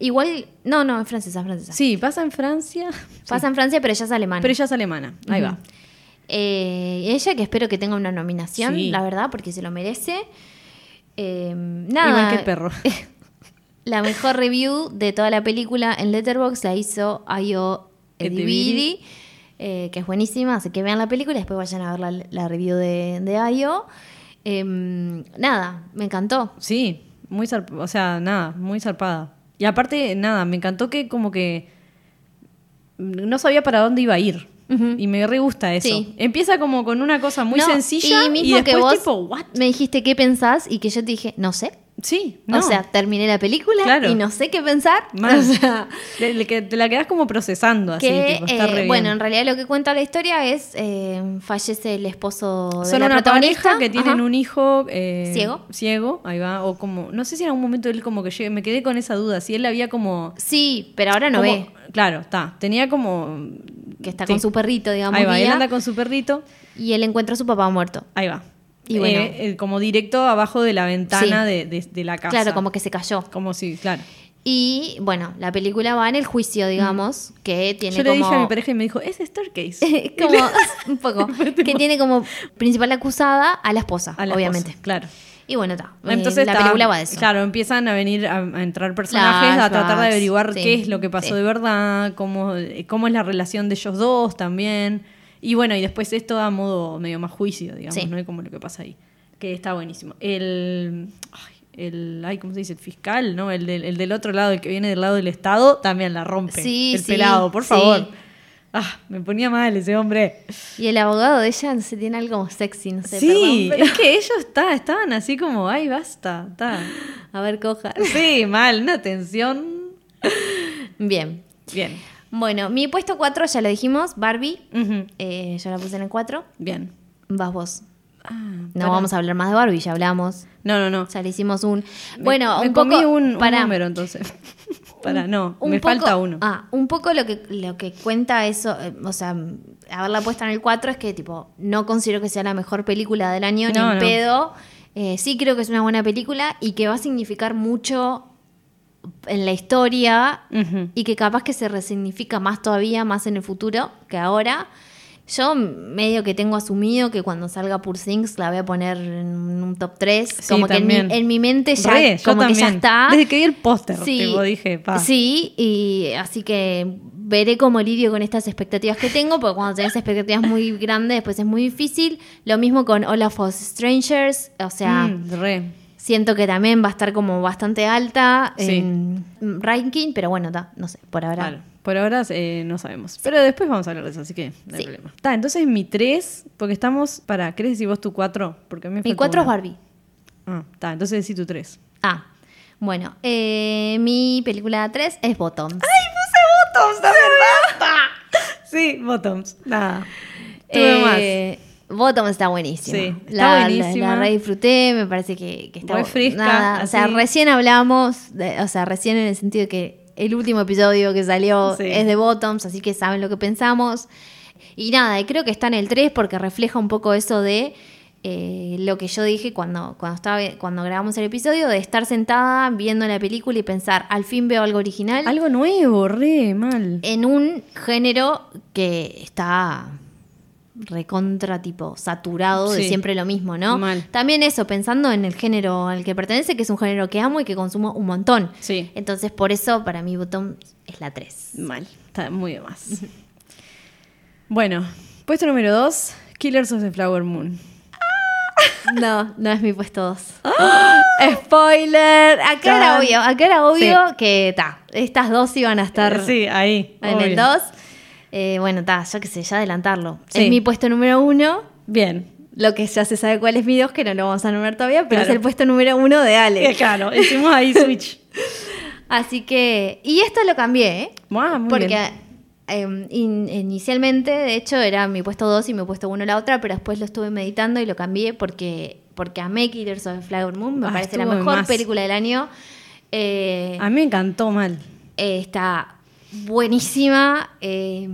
[SPEAKER 1] Igual, no, no, es francesa, es francesa.
[SPEAKER 2] Sí, pasa en Francia.
[SPEAKER 1] Pasa en Francia, pero ella es alemana.
[SPEAKER 2] Pero ella es alemana. Ahí va.
[SPEAKER 1] Eh, ella, que espero que tenga una nominación,
[SPEAKER 2] Sí.
[SPEAKER 1] la verdad, porque se lo merece. Eh,
[SPEAKER 2] Igual
[SPEAKER 1] nada.
[SPEAKER 2] que el perro.
[SPEAKER 1] La mejor review de toda la película en Letterboxd la hizo Ayo Ediviri,
[SPEAKER 2] Ediviri.
[SPEAKER 1] eh, que es buenísima, así que vean la película y después vayan a ver la, la review de, de Ayo. Em, nada, me encantó.
[SPEAKER 2] Sí, muy zarp- o sea, nada, muy zarpada. Y aparte, nada, me encantó que como que no sabía para dónde iba a ir. Y me re gusta eso.
[SPEAKER 1] Sí.
[SPEAKER 2] Empieza como con una cosa muy
[SPEAKER 1] No,
[SPEAKER 2] sencilla y,
[SPEAKER 1] mismo
[SPEAKER 2] después tipo, what?
[SPEAKER 1] me dijiste qué pensás y que yo te dije, no sé.
[SPEAKER 2] Sí, no.
[SPEAKER 1] O sea, terminé la película
[SPEAKER 2] Claro.
[SPEAKER 1] y no sé qué pensar.
[SPEAKER 2] Mal.
[SPEAKER 1] O sea,
[SPEAKER 2] Le- le- que te la quedas como procesando así,
[SPEAKER 1] que,
[SPEAKER 2] tipo, está
[SPEAKER 1] eh,
[SPEAKER 2] re bien.
[SPEAKER 1] bueno, en realidad lo que cuenta la historia es eh, fallece el esposo de
[SPEAKER 2] Son
[SPEAKER 1] la
[SPEAKER 2] una
[SPEAKER 1] protagonista
[SPEAKER 2] pareja que tienen
[SPEAKER 1] Ajá.
[SPEAKER 2] un hijo eh,
[SPEAKER 1] Ciego.
[SPEAKER 2] ciego, ahí va, o como, no sé si en algún momento él como que llegue, me quedé con esa duda, si él había como...
[SPEAKER 1] Sí, pero ahora no
[SPEAKER 2] como-
[SPEAKER 1] ve
[SPEAKER 2] Claro, está, tenía como...
[SPEAKER 1] que está
[SPEAKER 2] sí.
[SPEAKER 1] con su perrito, digamos,
[SPEAKER 2] Ahí va, él
[SPEAKER 1] guía,
[SPEAKER 2] anda con su perrito.
[SPEAKER 1] y él encuentra a su papá muerto.
[SPEAKER 2] Ahí va.
[SPEAKER 1] Y bueno.
[SPEAKER 2] Eh, eh, como directo abajo de la ventana
[SPEAKER 1] Sí.
[SPEAKER 2] de, de- de la casa.
[SPEAKER 1] Claro, como que se cayó.
[SPEAKER 2] Como si, claro.
[SPEAKER 1] Y bueno, la película va en el juicio, digamos, que tiene
[SPEAKER 2] Mm. Yo le
[SPEAKER 1] como
[SPEAKER 2] dije a mi pareja y me dijo, es Staircase.
[SPEAKER 1] como un poco que tiene como principal acusada a la esposa,
[SPEAKER 2] A la
[SPEAKER 1] obviamente.
[SPEAKER 2] esposa, claro.
[SPEAKER 1] Y bueno, está. Eh,
[SPEAKER 2] Entonces
[SPEAKER 1] la
[SPEAKER 2] está-
[SPEAKER 1] película va de eso.
[SPEAKER 2] Claro, empiezan a venir a, a entrar personajes a tratar de
[SPEAKER 1] Flashbacks,
[SPEAKER 2] averiguar
[SPEAKER 1] sí,
[SPEAKER 2] qué es lo que pasó
[SPEAKER 1] sí.
[SPEAKER 2] de verdad, cómo, cómo es la relación de ellos dos también. Y bueno, y después esto a modo medio más juicio, digamos,
[SPEAKER 1] Sí.
[SPEAKER 2] ¿no? Y como lo que pasa ahí. Que está buenísimo. El. Ay, el, ay, ¿cómo se dice? El fiscal, ¿no? El, del- el del otro lado, el que viene del lado del Estado, también la rompe.
[SPEAKER 1] Sí,
[SPEAKER 2] el
[SPEAKER 1] sí,
[SPEAKER 2] pelado, por
[SPEAKER 1] sí.
[SPEAKER 2] favor. Ah, me ponía mal ese hombre.
[SPEAKER 1] Y el abogado de ella no sé, tiene algo como sexy, no sé.
[SPEAKER 2] sí,
[SPEAKER 1] perdón,
[SPEAKER 2] es que ellos está, estaban así como, ay, basta, está.
[SPEAKER 1] pero- A ver, coja.
[SPEAKER 2] Sí, mal, una tensión.
[SPEAKER 1] Bien.
[SPEAKER 2] Bien.
[SPEAKER 1] Bueno, mi puesto 4, ya lo dijimos, Barbie. Eh, yo la puse en el 4.
[SPEAKER 2] Bien.
[SPEAKER 1] Vas vos.
[SPEAKER 2] Ah,
[SPEAKER 1] No vamos a hablar más de Barbie, ya hablamos.
[SPEAKER 2] No, no, no.
[SPEAKER 1] Ya le hicimos un.
[SPEAKER 2] Me-
[SPEAKER 1] Bueno,
[SPEAKER 2] me
[SPEAKER 1] un poco.
[SPEAKER 2] comí un, un
[SPEAKER 1] pará.
[SPEAKER 2] número entonces. Para, no,
[SPEAKER 1] Un
[SPEAKER 2] me
[SPEAKER 1] poco-
[SPEAKER 2] falta uno.
[SPEAKER 1] Ah, un poco lo que, lo que cuenta eso, eh, o sea, haberla puesta en el 4 es que, tipo, no considero que sea la mejor película del año, ni
[SPEAKER 2] No,
[SPEAKER 1] en
[SPEAKER 2] no.
[SPEAKER 1] pedo. Eh, sí creo que es una buena película y que va a significar mucho en la historia
[SPEAKER 2] Ujú.
[SPEAKER 1] y que capaz que se resignifica más todavía, más en el futuro que ahora. Yo medio que tengo asumido que cuando salga Poor Things la voy a poner en un top 3.
[SPEAKER 2] Sí,
[SPEAKER 1] como que en mi,
[SPEAKER 2] también.
[SPEAKER 1] en mi mente ya,
[SPEAKER 2] Re, yo
[SPEAKER 1] como que ya
[SPEAKER 2] también.
[SPEAKER 1] está.
[SPEAKER 2] Desde que vi el póster, tipo, dije, pa.
[SPEAKER 1] Sí, y así que veré cómo lidio con estas expectativas que tengo, porque cuando tenés expectativas muy grandes, después es muy difícil. Lo mismo con All of Us Strangers, o sea,
[SPEAKER 2] Mm, re.
[SPEAKER 1] siento que también va a estar como bastante alta
[SPEAKER 2] Sí.
[SPEAKER 1] en ranking, pero bueno, ta, no sé, por ahora.
[SPEAKER 2] Claro, por ahora eh, no sabemos. Pero después vamos a hablar de eso, así que no hay
[SPEAKER 1] Sí.
[SPEAKER 2] problema. Está, entonces mi 3, porque estamos para. ¿Querés decir vos tu 4? Porque a mí me
[SPEAKER 1] Mi
[SPEAKER 2] falta
[SPEAKER 1] 4 es
[SPEAKER 2] una.
[SPEAKER 1] Barbie.
[SPEAKER 2] Ah, está, entonces decí tu 3.
[SPEAKER 1] Ah, bueno, eh, mi película 3 es Bottoms.
[SPEAKER 2] ¡Bottoms, la verdad! Sí, Bottoms. Nada. Tuve más.
[SPEAKER 1] Eh, Bottom está buenísima.
[SPEAKER 2] Sí, está
[SPEAKER 1] la, la-
[SPEAKER 2] buenísima.
[SPEAKER 1] la re disfruté, me parece que, que está
[SPEAKER 2] Re
[SPEAKER 1] bu-
[SPEAKER 2] fresca,
[SPEAKER 1] nada, O sea,
[SPEAKER 2] así.
[SPEAKER 1] recién hablamos, de- o sea, recién en el sentido de que el último episodio que salió
[SPEAKER 2] Sí.
[SPEAKER 1] es de Bottoms, así que saben lo que pensamos. Y nada, y creo que está en el 3 porque refleja un poco eso de eh, lo que yo dije cuando, cuando, estaba, cuando grabamos el episodio, de estar sentada viendo la película y pensar, al fin veo algo original
[SPEAKER 2] Algo nuevo, re mal.
[SPEAKER 1] en un género que está recontra tipo saturado de
[SPEAKER 2] Sí.
[SPEAKER 1] siempre lo mismo, ¿no?
[SPEAKER 2] Mal.
[SPEAKER 1] También eso, pensando en el género al que pertenece, que es un género que amo y que consumo un montón.
[SPEAKER 2] Sí.
[SPEAKER 1] Entonces, por eso para mí botón es la 3.
[SPEAKER 2] Mal. Está muy de más. bueno, puesto número 2, Killers of the Flower Moon.
[SPEAKER 1] No, no es mi puesto 2. ¡Ah! Spoiler, acá era
[SPEAKER 2] Tan.
[SPEAKER 1] obvio, acá era obvio
[SPEAKER 2] Sí.
[SPEAKER 1] que ta, estas dos iban a estar
[SPEAKER 2] Eh, Sí, ahí.
[SPEAKER 1] en el
[SPEAKER 2] obvio.
[SPEAKER 1] 2. Eh, bueno, ta, yo qué sé, ya adelantarlo.
[SPEAKER 2] Sí.
[SPEAKER 1] Es mi puesto número 1.
[SPEAKER 2] Bien.
[SPEAKER 1] Lo que ya se sabe cuál es mi 2, que no lo vamos a nombrar todavía, pero
[SPEAKER 2] Claro.
[SPEAKER 1] es el puesto número uno de
[SPEAKER 2] Eh,
[SPEAKER 1] Ale.
[SPEAKER 2] claro, hicimos ahí switch.
[SPEAKER 1] Así que. Y esto lo cambié, ¿eh?
[SPEAKER 2] Ah, muy
[SPEAKER 1] Porque
[SPEAKER 2] bien.
[SPEAKER 1] em, in- inicialmente, de hecho, era mi puesto 2 y mi puesto 1 la otra, pero después lo estuve meditando y lo cambié porque, porque amé Killers of the Flower Moon. Me
[SPEAKER 2] Ah,
[SPEAKER 1] parece la
[SPEAKER 2] estuvo de
[SPEAKER 1] mejor
[SPEAKER 2] más.
[SPEAKER 1] película del año. Eh,
[SPEAKER 2] A mí me encantó mal.
[SPEAKER 1] Eh, está buenísima. eh,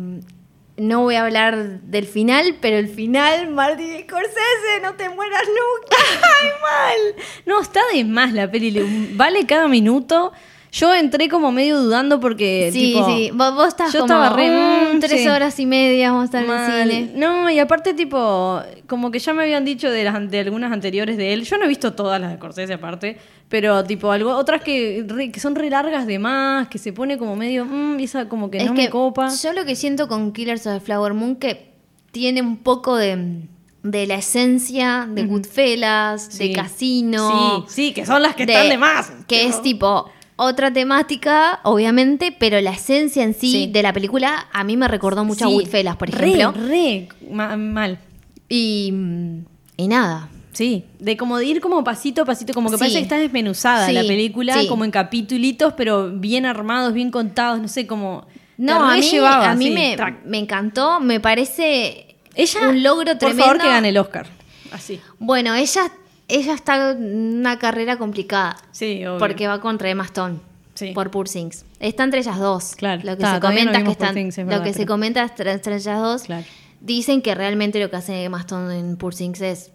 [SPEAKER 1] no voy a hablar del final, pero el final, Martin Scorsese, no te mueras nunca. ¡Ay, mal!
[SPEAKER 2] No, está de más la peli. le- Vale cada minuto. Yo entré como medio dudando porque.
[SPEAKER 1] Sí,
[SPEAKER 2] Eh, tipo,
[SPEAKER 1] sí. Vos, vos estás
[SPEAKER 2] yo
[SPEAKER 1] como
[SPEAKER 2] estaba re,
[SPEAKER 1] "Mm,
[SPEAKER 2] mm,
[SPEAKER 1] tres
[SPEAKER 2] sí".
[SPEAKER 1] horas y media vamos a estar
[SPEAKER 2] mal.
[SPEAKER 1] en el cine.
[SPEAKER 2] No, y aparte, tipo, como que ya me habían dicho de, las, de algunas anteriores de él. Yo no he visto todas las de Corsese aparte, pero tipo, algo, otras que, re- que son re largas de más, que se pone como medio, mm, y esa como que
[SPEAKER 1] es
[SPEAKER 2] no
[SPEAKER 1] que
[SPEAKER 2] me copa.
[SPEAKER 1] yo lo que siento con Killers of the Flower Moon que tiene un poco de, de la esencia de Goodfellas,
[SPEAKER 2] Sí.
[SPEAKER 1] de Casino.
[SPEAKER 2] Sí, sí, que son las que están de más.
[SPEAKER 1] Que es tipo otra temática, obviamente, pero la esencia en sí,
[SPEAKER 2] Sí.
[SPEAKER 1] de la película a mí me recordó mucho
[SPEAKER 2] Sí.
[SPEAKER 1] a Goodfellas, por
[SPEAKER 2] Re,
[SPEAKER 1] ejemplo.
[SPEAKER 2] Re, ma- mal.
[SPEAKER 1] Y, mm, y nada.
[SPEAKER 2] Sí, de como de ir como pasito a pasito, como que
[SPEAKER 1] Sí.
[SPEAKER 2] parece que está desmenuzada
[SPEAKER 1] Sí,
[SPEAKER 2] la película,
[SPEAKER 1] sí.
[SPEAKER 2] como en capitulitos, pero bien armados, bien contados, no sé, como...
[SPEAKER 1] No,
[SPEAKER 2] te
[SPEAKER 1] a
[SPEAKER 2] re
[SPEAKER 1] mí,
[SPEAKER 2] llevaba,
[SPEAKER 1] a mí
[SPEAKER 2] sí,
[SPEAKER 1] me,
[SPEAKER 2] tac.
[SPEAKER 1] me encantó, me parece
[SPEAKER 2] Ella,
[SPEAKER 1] un logro tremendo.
[SPEAKER 2] Por favor que gane el Oscar. Así.
[SPEAKER 1] Bueno, ella, ella está en una carrera complicada.
[SPEAKER 2] Sí, obvio.
[SPEAKER 1] Porque va contra Emma Stone.
[SPEAKER 2] Sí.
[SPEAKER 1] Por Poor Things. Está entre ellas dos.
[SPEAKER 2] Claro.
[SPEAKER 1] Lo que
[SPEAKER 2] Ta,
[SPEAKER 1] se
[SPEAKER 2] todavía
[SPEAKER 1] comenta
[SPEAKER 2] no
[SPEAKER 1] es que
[SPEAKER 2] vimos Poor
[SPEAKER 1] están.
[SPEAKER 2] Things, es
[SPEAKER 1] lo
[SPEAKER 2] verdad,
[SPEAKER 1] que se
[SPEAKER 2] pero-
[SPEAKER 1] comenta es tra- entre ellas dos.
[SPEAKER 2] Claro.
[SPEAKER 1] Dicen que realmente lo que hace Emma Stone en Poor Things es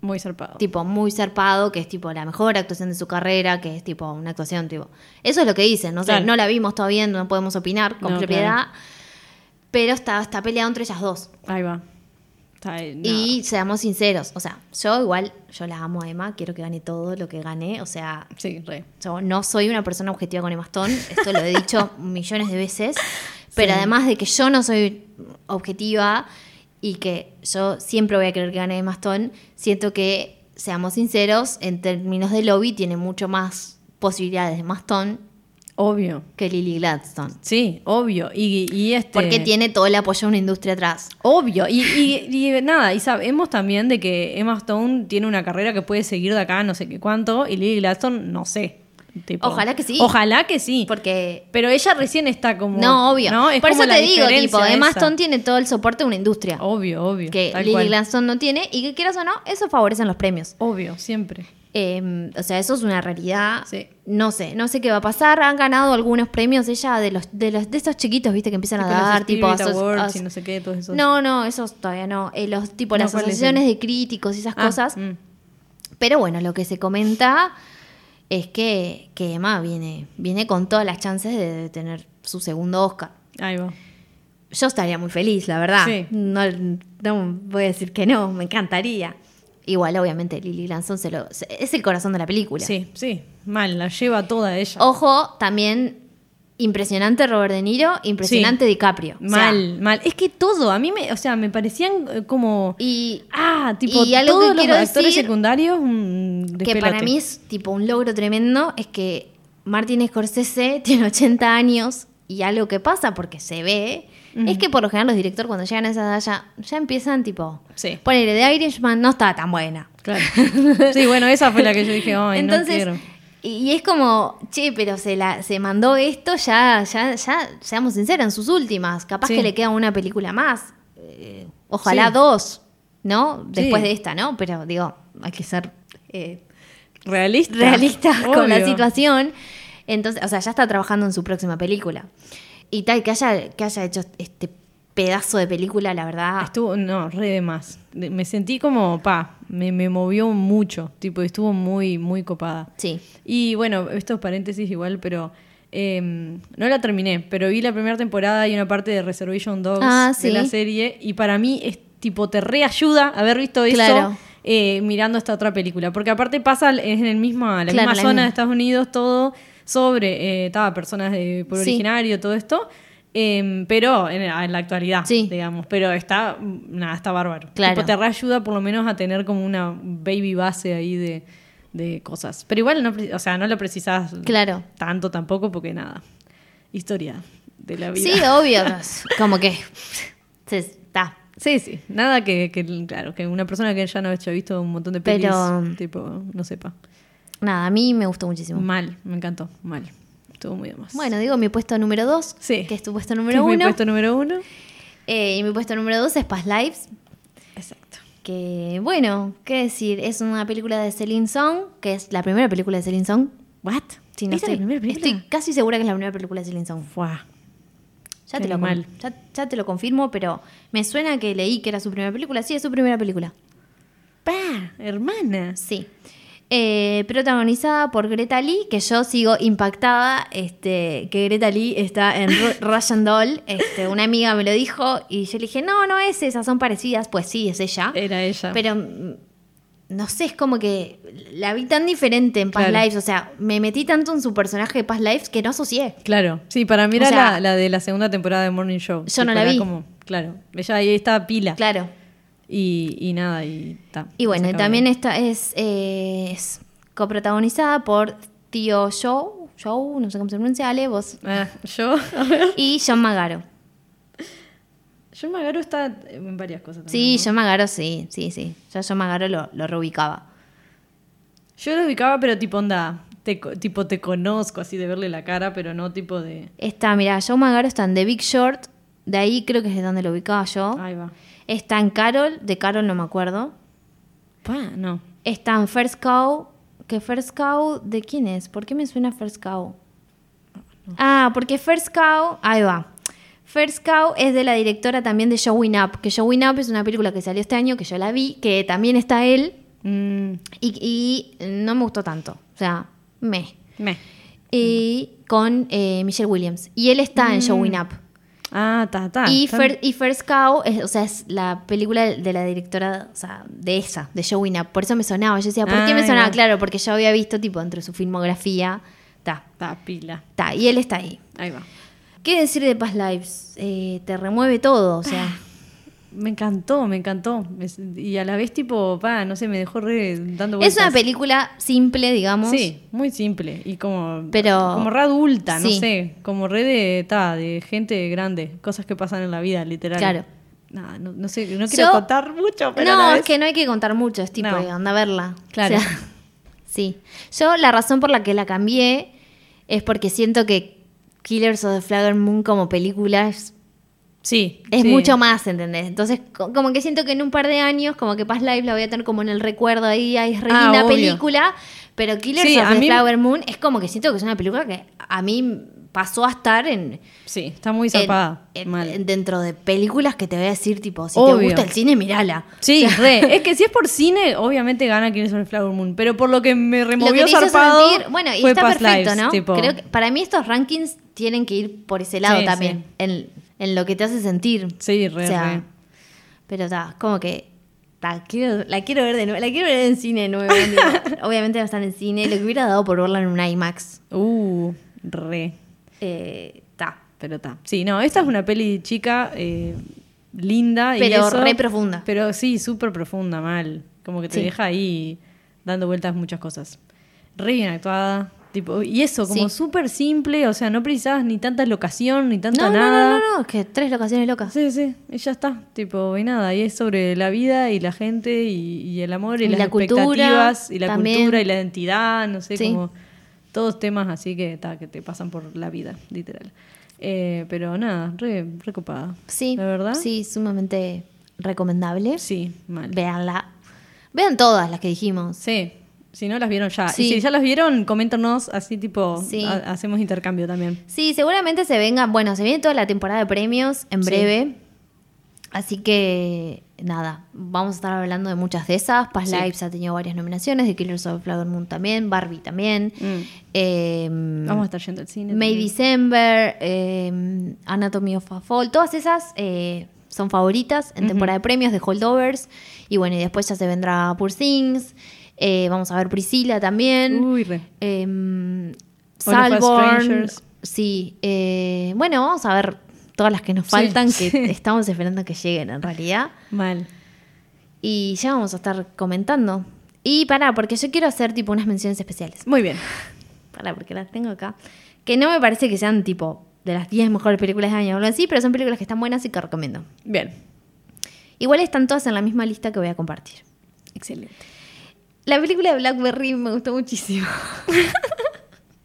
[SPEAKER 2] Muy zarpado.
[SPEAKER 1] tipo muy zarpado, que es tipo la mejor actuación de su carrera, que es tipo una actuación tipo. Eso es lo que dicen, no sé,
[SPEAKER 2] Claro.
[SPEAKER 1] no la vimos todavía, no podemos opinar con
[SPEAKER 2] No,
[SPEAKER 1] propiedad. Pero está, está peleado entre ellas dos.
[SPEAKER 2] Ahí va. Está ahí, nada.
[SPEAKER 1] Y seamos sinceros, o sea, yo igual, yo la amo a Emma, quiero que gane todo lo que gané, o sea,
[SPEAKER 2] Sí, re.
[SPEAKER 1] yo no soy una persona objetiva con Emma Stone, esto lo he dicho millones de veces, pero
[SPEAKER 2] Sí.
[SPEAKER 1] además de que yo no soy objetiva y que yo siempre voy a querer que gane Emma Stone, siento que, seamos sinceros, en términos de lobby tiene mucho más posibilidades de Stone
[SPEAKER 2] Obvio.
[SPEAKER 1] que Lily Gladstone,
[SPEAKER 2] Sí, obvio. Y, y este...
[SPEAKER 1] porque tiene todo el apoyo de una industria atrás.
[SPEAKER 2] Obvio, y, y- y nada, y sabemos también de que Emma Stone tiene una carrera que puede seguir de acá no sé qué cuánto, y Lily Gladstone no sé. Tipo,
[SPEAKER 1] Ojalá que sí.
[SPEAKER 2] Ojalá que sí.
[SPEAKER 1] Porque
[SPEAKER 2] Pero ella recién está como.
[SPEAKER 1] No, obvio.
[SPEAKER 2] ¿no? Es
[SPEAKER 1] Por eso
[SPEAKER 2] como la
[SPEAKER 1] te digo,
[SPEAKER 2] diferencia
[SPEAKER 1] tipo, Emma
[SPEAKER 2] esa.
[SPEAKER 1] Stone tiene todo el soporte de una industria.
[SPEAKER 2] Obvio, obvio.
[SPEAKER 1] que
[SPEAKER 2] tal
[SPEAKER 1] Lily
[SPEAKER 2] cual.
[SPEAKER 1] Gladstone no tiene y que quieras o no, eso favorecen los premios.
[SPEAKER 2] Obvio, siempre.
[SPEAKER 1] Eh, o sea, eso es una realidad.
[SPEAKER 2] Sí.
[SPEAKER 1] No sé, no sé qué va a pasar. Han ganado algunos premios ella de los de los de estos chiquitos, viste, que empiezan
[SPEAKER 2] Tipo
[SPEAKER 1] a
[SPEAKER 2] los
[SPEAKER 1] dar tipo
[SPEAKER 2] Spirit
[SPEAKER 1] aso-
[SPEAKER 2] Awards
[SPEAKER 1] as-
[SPEAKER 2] y no sé qué, todos esos.
[SPEAKER 1] No, no, esos todavía no. Eh, los tipo
[SPEAKER 2] No,
[SPEAKER 1] las
[SPEAKER 2] ¿cuáles
[SPEAKER 1] asociaciones de críticos y esas
[SPEAKER 2] Ah,
[SPEAKER 1] cosas.
[SPEAKER 2] mm.
[SPEAKER 1] Pero bueno, lo que se comenta es que, que Emma viene, viene con todas las chances de, de tener su segundo Oscar.
[SPEAKER 2] Ahí va.
[SPEAKER 1] Yo estaría muy feliz, la verdad.
[SPEAKER 2] Sí.
[SPEAKER 1] No, no voy a decir que no, me encantaría. Igual, obviamente, Lily Lanzón se lo, se- es el corazón de la película.
[SPEAKER 2] Sí, sí. Mal, la lleva toda ella.
[SPEAKER 1] Ojo, también, Impresionante Robert De Niro, impresionante
[SPEAKER 2] Sí.
[SPEAKER 1] DiCaprio. O sea,
[SPEAKER 2] Mal, mal. Es que todo, a mí me, o sea, me parecían eh, como...
[SPEAKER 1] y
[SPEAKER 2] ah, tipo,
[SPEAKER 1] y algo que
[SPEAKER 2] todos los
[SPEAKER 1] quiero
[SPEAKER 2] actores
[SPEAKER 1] decir-
[SPEAKER 2] secundarios... un
[SPEAKER 1] que para
[SPEAKER 2] despelote.
[SPEAKER 1] mí es tipo un logro tremendo es que Martin Scorsese tiene 80 años y algo que pasa porque se ve es que por lo general los directores cuando llegan a esa edad ya, ya empiezan tipo
[SPEAKER 2] Sí.
[SPEAKER 1] ponele The Irishman no estaba tan buena
[SPEAKER 2] Claro. Sí, bueno, esa fue la que yo dije, ay, no
[SPEAKER 1] entonces
[SPEAKER 2] quiero.
[SPEAKER 1] y y es como, che, pero se la se mandó esto ya, ya, ya, seamos sinceros, en sus últimas. Capaz
[SPEAKER 2] Sí.
[SPEAKER 1] que le queda una película más. Eh, ojalá
[SPEAKER 2] Sí.
[SPEAKER 1] dos, ¿no?
[SPEAKER 2] Sí.
[SPEAKER 1] Después de esta, ¿no? Pero digo, hay que ser eh,
[SPEAKER 2] Realista.
[SPEAKER 1] realistas con la
[SPEAKER 2] Obvio.
[SPEAKER 1] situación. Entonces, o sea, ya está trabajando en su próxima película. Y tal, que haya, que haya hecho este pedazo de película, la verdad.
[SPEAKER 2] Estuvo, no, re de más. De- Me sentí como, pa, me, me movió mucho. Tipo, estuvo muy, muy copada.
[SPEAKER 1] Sí.
[SPEAKER 2] Y bueno, estos paréntesis igual, pero eh, no la terminé, pero vi la primera temporada y una parte de Reservation Dogs
[SPEAKER 1] Ah,
[SPEAKER 2] de
[SPEAKER 1] sí.
[SPEAKER 2] la serie. Y para mí es tipo, te reayuda haber visto eso.
[SPEAKER 1] Claro.
[SPEAKER 2] eh, mirando esta otra película, porque aparte pasa es en el misma, la
[SPEAKER 1] Claro, la
[SPEAKER 2] misma zona
[SPEAKER 1] misma.
[SPEAKER 2] de Estados Unidos, todo sobre eh, ta, personas de pueblo
[SPEAKER 1] Sí.
[SPEAKER 2] originario, todo esto, em, pero en, en la actualidad,
[SPEAKER 1] Sí.
[SPEAKER 2] digamos, pero está, nada, está bárbaro.
[SPEAKER 1] Claro.
[SPEAKER 2] Tipo, te reayuda por lo menos a tener como una baby base ahí de, de cosas. Pero igual no, pre- o sea, no lo precisas
[SPEAKER 1] Claro.
[SPEAKER 2] tanto tampoco porque nada. Historia de la vida.
[SPEAKER 1] Sí, obvio. como que se está.
[SPEAKER 2] Sí, sí. Nada que, que, claro, que una persona que ya no haya visto un montón de pelis,
[SPEAKER 1] Pero- um,
[SPEAKER 2] tipo, no sepa.
[SPEAKER 1] Nada, a mí me gustó muchísimo.
[SPEAKER 2] Mal, me encantó, mal. Estuvo muy de más.
[SPEAKER 1] Bueno, digo mi puesto número 2,
[SPEAKER 2] Sí.
[SPEAKER 1] que es tu puesto
[SPEAKER 2] número
[SPEAKER 1] número 1.
[SPEAKER 2] uno. puesto número uno.
[SPEAKER 1] y mi puesto número 2 es Past Lives,
[SPEAKER 2] Exacto.
[SPEAKER 1] que bueno, qué decir, es una película de Celine Song, que es la primera película de Celine Song.
[SPEAKER 2] ¿What?
[SPEAKER 1] Si no
[SPEAKER 2] ¿Esta es
[SPEAKER 1] estoy,
[SPEAKER 2] la primera película?
[SPEAKER 1] estoy casi segura que es la primera película de Celine Song.
[SPEAKER 2] Fuá.
[SPEAKER 1] Ya
[SPEAKER 2] Qué
[SPEAKER 1] te, lo, con-
[SPEAKER 2] animal.
[SPEAKER 1] ya, ya te lo confirmo, pero me suena que leí que era su primera película. Sí, es su primera película.
[SPEAKER 2] Pa, hermana.
[SPEAKER 1] Sí. Eh, protagonizada por Greta Lee, que yo sigo impactada, este, que Greta Lee está en Ru- Russian Doll. Este, una amiga me lo dijo y yo le dije, no, no es esa, son parecidas. Pues sí, es ella.
[SPEAKER 2] Era ella.
[SPEAKER 1] Pero mm, no sé, es como que la vi tan diferente en Past
[SPEAKER 2] Claro.
[SPEAKER 1] Lives. O sea, me metí tanto en su personaje de Past Lives que no asocié.
[SPEAKER 2] Claro, sí, para mí
[SPEAKER 1] O
[SPEAKER 2] era
[SPEAKER 1] sea,
[SPEAKER 2] la, la de la segunda temporada de Morning Show.
[SPEAKER 1] Yo no
[SPEAKER 2] Tipo,
[SPEAKER 1] la
[SPEAKER 2] era
[SPEAKER 1] vi.
[SPEAKER 2] como- claro, ella ahí estaba pila.
[SPEAKER 1] Claro.
[SPEAKER 2] Y, y nada, y ta.
[SPEAKER 1] Y bueno,
[SPEAKER 2] Se
[SPEAKER 1] y
[SPEAKER 2] acabó.
[SPEAKER 1] también esta es, eh, es coprotagonizada por Tío Joe, Joe, no sé cómo se pronuncia, Ale, vos,
[SPEAKER 2] Ah, yo, a ver.
[SPEAKER 1] y John Magaro.
[SPEAKER 2] John Magaro está en varias cosas
[SPEAKER 1] Sí,
[SPEAKER 2] también.
[SPEAKER 1] John Magaro, sí, sí, sí. Yo a John Magaro lo, lo reubicaba.
[SPEAKER 2] Yo lo ubicaba, pero tipo onda, te, co- tipo te conozco así de verle la cara, pero no tipo de.
[SPEAKER 1] Está, mira, John Magaro está en The Big Short, de ahí creo que es de donde lo ubicaba yo.
[SPEAKER 2] Ahí va.
[SPEAKER 1] Está en Carol, de Carol no me acuerdo.
[SPEAKER 2] Pa, no.
[SPEAKER 1] Está en First Cow, que First Cow, ¿de quién es? ¿Por qué me suena First Cow? Ah, porque First Cow, ahí va. First Cow es de la directora también de Showing Up, que Showing Up es una película que salió este año, que yo la vi, que también está él,
[SPEAKER 2] Mm,
[SPEAKER 1] y, y no me gustó tanto, o sea, me.
[SPEAKER 2] me.
[SPEAKER 1] Y con eh, Michelle Williams, y él está en Showing Up.
[SPEAKER 2] Ah, ta, ta.
[SPEAKER 1] y,
[SPEAKER 2] Está-
[SPEAKER 1] Fir- y First Cow, es, o sea, es la película de la directora, o sea, de esa, de Showing Up. Por eso me sonaba. Yo decía, ¿por qué me
[SPEAKER 2] Ah,
[SPEAKER 1] sonaba?
[SPEAKER 2] igual.
[SPEAKER 1] Claro, porque yo había visto, tipo, entre su filmografía. Está,
[SPEAKER 2] Ta, pila.
[SPEAKER 1] está. Y él está ahí.
[SPEAKER 2] Ahí va.
[SPEAKER 1] ¿Qué decir de Past Lives? Eh, te remueve todo, o sea.
[SPEAKER 2] Me encantó, me encantó. Me sen- Y a la vez, tipo, pa, no sé, me dejó re dando vueltas.
[SPEAKER 1] es una película simple, digamos.
[SPEAKER 2] Sí, muy simple. Y como.
[SPEAKER 1] Pero-
[SPEAKER 2] Como re adulta, no
[SPEAKER 1] Sí.
[SPEAKER 2] sé. Como re de. Ta, de gente grande. Cosas que pasan en la vida, literal.
[SPEAKER 1] Claro.
[SPEAKER 2] Nada, no, no sé, no quiero
[SPEAKER 1] Yo-
[SPEAKER 2] contar mucho, pero. a la
[SPEAKER 1] no,
[SPEAKER 2] vez-
[SPEAKER 1] es que no hay que contar mucho, es tipo,
[SPEAKER 2] No.
[SPEAKER 1] eh, anda a verla.
[SPEAKER 2] Claro.
[SPEAKER 1] O sea, sí. Yo la razón por la que la cambié es porque siento que Killers of the Flower Moon como película es
[SPEAKER 2] Sí.
[SPEAKER 1] Es
[SPEAKER 2] sí.
[SPEAKER 1] mucho más, ¿entendés? Entonces, co- como que siento que en un par de años, como que Past Life la voy a tener como en el recuerdo ahí, ahí es re
[SPEAKER 2] Ah,
[SPEAKER 1] linda
[SPEAKER 2] obvio.
[SPEAKER 1] película, pero Killers
[SPEAKER 2] Sí,
[SPEAKER 1] of
[SPEAKER 2] a
[SPEAKER 1] the
[SPEAKER 2] mí-
[SPEAKER 1] Flower Moon es como que siento que es una película que a mí pasó a estar en,
[SPEAKER 2] Sí, está muy
[SPEAKER 1] en-
[SPEAKER 2] zapada.
[SPEAKER 1] en-
[SPEAKER 2] mal.
[SPEAKER 1] en- dentro de películas que te voy a decir, tipo, si te
[SPEAKER 2] Obvio.
[SPEAKER 1] gusta el cine, mirala.
[SPEAKER 2] Sí,
[SPEAKER 1] O sea,
[SPEAKER 2] re. Es que si es por cine, obviamente gana Killers of the Flower Moon. Pero por lo que me
[SPEAKER 1] lo que
[SPEAKER 2] removió
[SPEAKER 1] te hizo
[SPEAKER 2] zarpado.
[SPEAKER 1] sentir, bueno, y
[SPEAKER 2] fue
[SPEAKER 1] está
[SPEAKER 2] Past
[SPEAKER 1] perfecto,
[SPEAKER 2] Lives,
[SPEAKER 1] ¿no?
[SPEAKER 2] tipo.
[SPEAKER 1] Creo que para mí estos rankings tienen que ir por ese lado
[SPEAKER 2] Sí,
[SPEAKER 1] también, En, en lo que te hace sentir.
[SPEAKER 2] Sí, re,
[SPEAKER 1] O sea,
[SPEAKER 2] re.
[SPEAKER 1] Pero está, como que ta, quiero- la quiero ver de nuevo, la quiero ver en cine de nuevo. digo, Obviamente no están en cine, lo que hubiera dado por verla en un IMAX.
[SPEAKER 2] Uh, re.
[SPEAKER 1] Eh,
[SPEAKER 2] Ta, pero ta. Sí, no, esta es una peli chica eh, linda y
[SPEAKER 1] Pero
[SPEAKER 2] eso,
[SPEAKER 1] re profunda.
[SPEAKER 2] Pero sí, súper profunda, mal. Como que te
[SPEAKER 1] Sí.
[SPEAKER 2] deja ahí dando vueltas muchas cosas. Re bien actuada. Tipo, y eso, como
[SPEAKER 1] Sí.
[SPEAKER 2] súper simple, o sea, no precisabas ni tanta locación, ni tanta
[SPEAKER 1] no, no,
[SPEAKER 2] nada.
[SPEAKER 1] no, no, no, es que tres locaciones locas.
[SPEAKER 2] Sí, sí, y ya está. Tipo, y nada, y es sobre la vida y la gente y, y el amor y,
[SPEAKER 1] Y
[SPEAKER 2] las
[SPEAKER 1] la cultura,
[SPEAKER 2] expectativas y la
[SPEAKER 1] también.
[SPEAKER 2] cultura y la identidad, no sé,
[SPEAKER 1] Sí.
[SPEAKER 2] como todos temas así que, ta, que te pasan por la vida, literal. Eh, pero nada, re, recopada.
[SPEAKER 1] Sí.
[SPEAKER 2] ¿La verdad?
[SPEAKER 1] Sí, sumamente recomendable.
[SPEAKER 2] Sí, mal.
[SPEAKER 1] Veanla. Vean todas las que dijimos.
[SPEAKER 2] Sí, si no las vieron ya.
[SPEAKER 1] Sí.
[SPEAKER 2] Y si ya las vieron, coméntanos así tipo,
[SPEAKER 1] Sí.
[SPEAKER 2] ha- hacemos intercambio también.
[SPEAKER 1] Sí, seguramente se vengan. Bueno, se viene toda la temporada de premios en
[SPEAKER 2] Sí.
[SPEAKER 1] breve. Así que, nada, vamos a estar hablando de muchas de esas. Past
[SPEAKER 2] Sí.
[SPEAKER 1] Lives ha tenido varias nominaciones, The Killers of the Flower Moon también, Barbie también.
[SPEAKER 2] Mm.
[SPEAKER 1] eh,
[SPEAKER 2] Vamos a estar yendo al cine.
[SPEAKER 1] May
[SPEAKER 2] también.
[SPEAKER 1] December, eh, Anatomy of a Fall, todas esas eh, son favoritas en temporada de premios de Holdovers. Y bueno, y después ya se vendrá Poor Things, eh, vamos a ver Priscilla también.
[SPEAKER 2] Uy, re.
[SPEAKER 1] Eh,
[SPEAKER 2] Us
[SPEAKER 1] Salborn.
[SPEAKER 2] Strangers.
[SPEAKER 1] Sí. eh, bueno, vamos a ver todas las que nos
[SPEAKER 2] Sí,
[SPEAKER 1] faltan,
[SPEAKER 2] sí.
[SPEAKER 1] que estamos esperando que lleguen en realidad.
[SPEAKER 2] Mal.
[SPEAKER 1] Y ya vamos a estar comentando. Y pará, porque yo quiero hacer tipo unas menciones especiales.
[SPEAKER 2] Muy bien.
[SPEAKER 1] Pará, porque las tengo acá. Que no me parece que sean tipo de las 10 mejores películas del año o algo así, pero son películas que están buenas y que recomiendo.
[SPEAKER 2] Bien.
[SPEAKER 1] Igual están todas en la misma lista que voy a compartir.
[SPEAKER 2] Excelente.
[SPEAKER 1] La película de Blackberry me gustó muchísimo.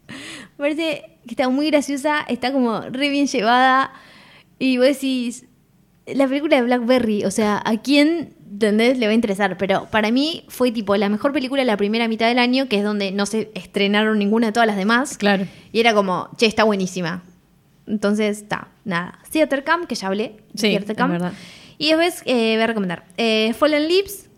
[SPEAKER 1] Me Parece que está muy graciosa, está como re bien llevada. Y vos decís, la película de Blackberry, o sea, ¿a quién entendés, le va a interesar? Pero para mí fue tipo la mejor película de la primera mitad del año, que es donde no se estrenaron ninguna de todas las demás.
[SPEAKER 2] Claro.
[SPEAKER 1] Y era como, che, está buenísima. Entonces, está, nada. Theater Camp, que ya hablé.
[SPEAKER 2] Sí,
[SPEAKER 1] Theater
[SPEAKER 2] es
[SPEAKER 1] Camp.
[SPEAKER 2] verdad.
[SPEAKER 1] Y después eh, voy a recomendar eh, Fallen Lips,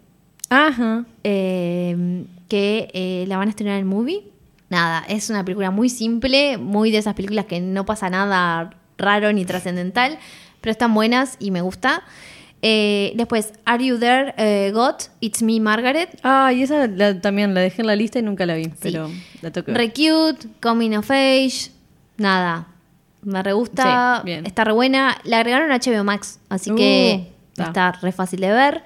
[SPEAKER 2] Ajá.
[SPEAKER 1] eh, que eh, la van a estrenar en movie. Nada, es una película muy simple, muy de esas películas que no pasa nada raro ni trascendental, pero están buenas y me gusta. Eh, después, Are You There, eh, God? It's Me, Margaret.
[SPEAKER 2] Ah, y esa la- también la dejé en la lista y nunca la vi, pero la toqué.
[SPEAKER 1] Re cute, Coming of Age, nada. Me re gusta,
[SPEAKER 2] Sí, bien.
[SPEAKER 1] está re buena. Le agregaron HBO Max, así
[SPEAKER 2] Uh,
[SPEAKER 1] que
[SPEAKER 2] ta.
[SPEAKER 1] está re fácil de ver.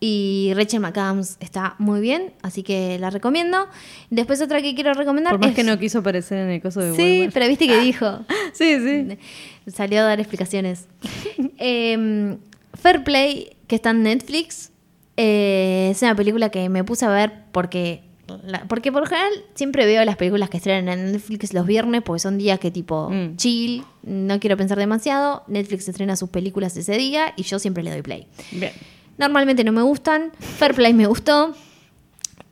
[SPEAKER 1] Y Rachel McAdams está muy bien, así que la recomiendo. Después otra que quiero recomendar
[SPEAKER 2] Por más
[SPEAKER 1] es-
[SPEAKER 2] que no quiso aparecer en el coso de
[SPEAKER 1] Sí,
[SPEAKER 2] Walmart.
[SPEAKER 1] pero viste que dijo.
[SPEAKER 2] Sí, sí.
[SPEAKER 1] Salió a dar explicaciones. Eh, Fair Play, que está en Netflix, eh, es una película que me puse a ver porque. la- porque por lo general siempre veo las películas que estrenan en Netflix los viernes porque son días que tipo
[SPEAKER 2] Mm.
[SPEAKER 1] chill, no quiero pensar demasiado. Netflix estrena sus películas ese día y yo siempre le doy play.
[SPEAKER 2] Bien.
[SPEAKER 1] Normalmente no me gustan. Fair Play me gustó.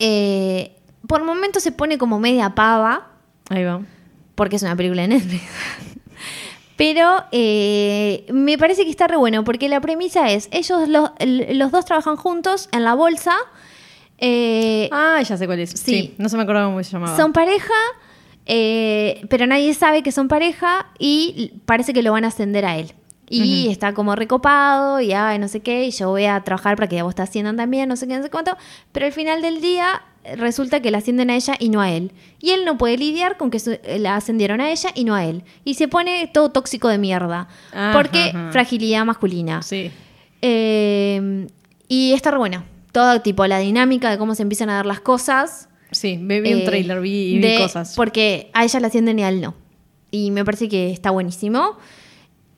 [SPEAKER 1] Eh, por momentos se pone como media pava
[SPEAKER 2] Ahí va.
[SPEAKER 1] porque es una película de Netflix. Pero eh, me parece que está re bueno, porque la premisa es, ellos los, el- los dos trabajan juntos en la bolsa, eh,
[SPEAKER 2] Ah, ya sé cuál es. Sí.
[SPEAKER 1] Sí.
[SPEAKER 2] No se me acordaba cómo se llamaba.
[SPEAKER 1] son pareja, eh, pero nadie sabe que son pareja y l- parece que lo van a ascender a él. Y está como recopado y ay, no sé qué, y yo voy a trabajar para que vos te asciendan también, no sé qué, no sé cuánto. Pero al final del día eh, resulta que la ascienden a ella y no a él. Y él no puede lidiar con que su- eh, la ascendieron a ella y no a él. Y se pone todo tóxico de mierda.
[SPEAKER 2] Ajá,
[SPEAKER 1] porque
[SPEAKER 2] ajá.
[SPEAKER 1] fragilidad masculina.
[SPEAKER 2] Sí.
[SPEAKER 1] Eh, y está re bueno. Todo tipo, la dinámica de cómo se empiezan a dar las cosas.
[SPEAKER 2] Sí, vi, vi un
[SPEAKER 1] Eh,
[SPEAKER 2] trailer, vi, y vi
[SPEAKER 1] de-
[SPEAKER 2] cosas.
[SPEAKER 1] Porque a ella la ascienden y a él no. Y me parece que está buenísimo.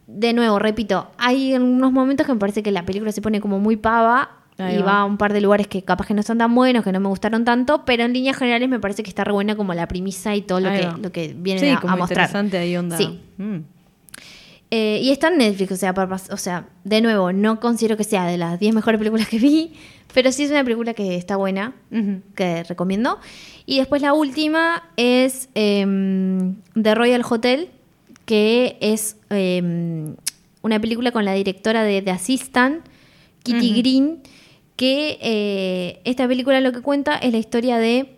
[SPEAKER 1] De nuevo, repito, hay unos momentos que me parece que la película se pone como muy pava
[SPEAKER 2] Ahí
[SPEAKER 1] y
[SPEAKER 2] va.
[SPEAKER 1] va. a un par de lugares que capaz que no están tan buenos, que no me gustaron tanto, pero en líneas generales me parece que está re buena como la premisa y todo lo,
[SPEAKER 2] Ahí
[SPEAKER 1] que,
[SPEAKER 2] va.
[SPEAKER 1] lo que vienen
[SPEAKER 2] sí,
[SPEAKER 1] a,
[SPEAKER 2] como
[SPEAKER 1] a mostrar.
[SPEAKER 2] interesante ahí onda.
[SPEAKER 1] Sí.
[SPEAKER 2] Mm.
[SPEAKER 1] Eh, y está en Netflix, o sea, para pas- o sea, de nuevo, no considero que sea de las 10 mejores películas que vi, pero sí es una película que está buena,
[SPEAKER 2] Ujú.
[SPEAKER 1] que recomiendo. Y después la última es em, The Royal Hotel, que es em, una película con la directora de The Assistant, Kitty
[SPEAKER 2] Ujú.
[SPEAKER 1] Green, que eh, esta película lo que cuenta es la historia de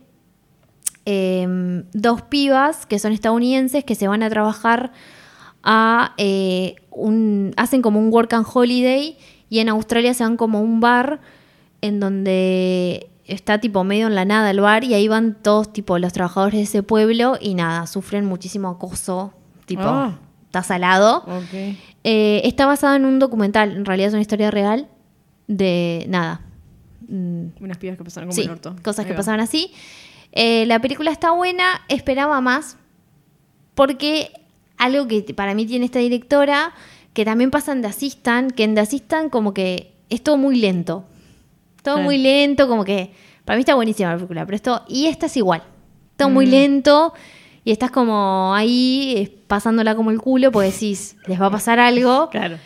[SPEAKER 1] em, dos pibas que son estadounidenses que se van a trabajar a eh, un hacen como un work and holiday y en Australia se van como a un bar en donde está tipo medio en la nada el bar y ahí van todos tipo los trabajadores de ese pueblo y nada, sufren muchísimo acoso tipo,
[SPEAKER 2] Ah.
[SPEAKER 1] está salado.
[SPEAKER 2] Ok.
[SPEAKER 1] Eh, está basado en un documental, en realidad es una historia real de nada. Mm,
[SPEAKER 2] Unas pibas que pasaron como
[SPEAKER 1] sí,
[SPEAKER 2] el orto.
[SPEAKER 1] cosas
[SPEAKER 2] Ahí
[SPEAKER 1] que
[SPEAKER 2] va.
[SPEAKER 1] pasaban así. Eh, la película está buena, esperaba más, porque algo que t- para mí tiene esta directora, que también pasa en The Assistant, que en The Assistant como que es todo muy lento. Todo
[SPEAKER 2] Claro.
[SPEAKER 1] muy lento, como que para mí está buenísima la película, pero esto, y esta es igual. Todo muy
[SPEAKER 2] Mm.
[SPEAKER 1] lento y estás como ahí eh, pasándola como el culo, porque decís, les va a pasar algo,
[SPEAKER 2] Claro.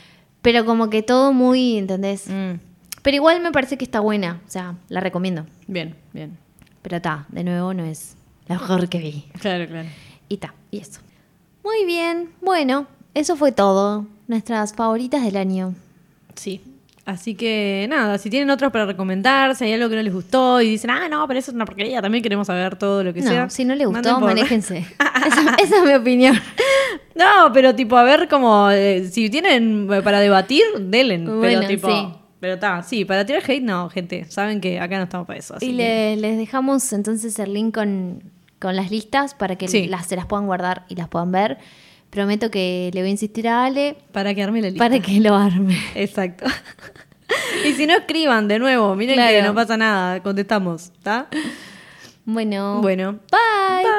[SPEAKER 1] pero como que todo muy, ¿entendés?
[SPEAKER 2] Mm.
[SPEAKER 1] Pero igual me parece que está buena, o sea, la recomiendo.
[SPEAKER 2] Bien, bien.
[SPEAKER 1] Pero está, de nuevo no es la mejor que vi.
[SPEAKER 2] Claro, claro.
[SPEAKER 1] Y está, y eso. Muy bien, bueno, eso fue todo. Nuestras favoritas del año.
[SPEAKER 2] Sí. Así que nada, si tienen otros para recomendar, si hay algo que no les gustó y dicen, ah, no, pero eso es una porquería, también queremos saber todo lo que
[SPEAKER 1] no,
[SPEAKER 2] sea.
[SPEAKER 1] si no le
[SPEAKER 2] manden
[SPEAKER 1] gustó,
[SPEAKER 2] por-
[SPEAKER 1] manéjense. esa, esa es mi opinión.
[SPEAKER 2] No, pero tipo, a ver como, eh, si tienen eh, para debatir, delen.
[SPEAKER 1] Bueno,
[SPEAKER 2] pero tipo,
[SPEAKER 1] sí.
[SPEAKER 2] pero está, sí, para tirar hate, no, gente, saben que acá no estamos para eso. así
[SPEAKER 1] Y le-
[SPEAKER 2] que-
[SPEAKER 1] les dejamos entonces el link con, con las listas para que
[SPEAKER 2] Sí.
[SPEAKER 1] las, se las puedan guardar y las puedan ver. Prometo que le voy a insistir a Ale
[SPEAKER 2] Para quedarme la lista.
[SPEAKER 1] para que lo arme.
[SPEAKER 2] Exacto. y si no, escriban de nuevo, miren que
[SPEAKER 1] Claro.
[SPEAKER 2] no pasa nada, contestamos, ¿está?
[SPEAKER 1] Bueno,
[SPEAKER 2] Bueno.
[SPEAKER 1] bye.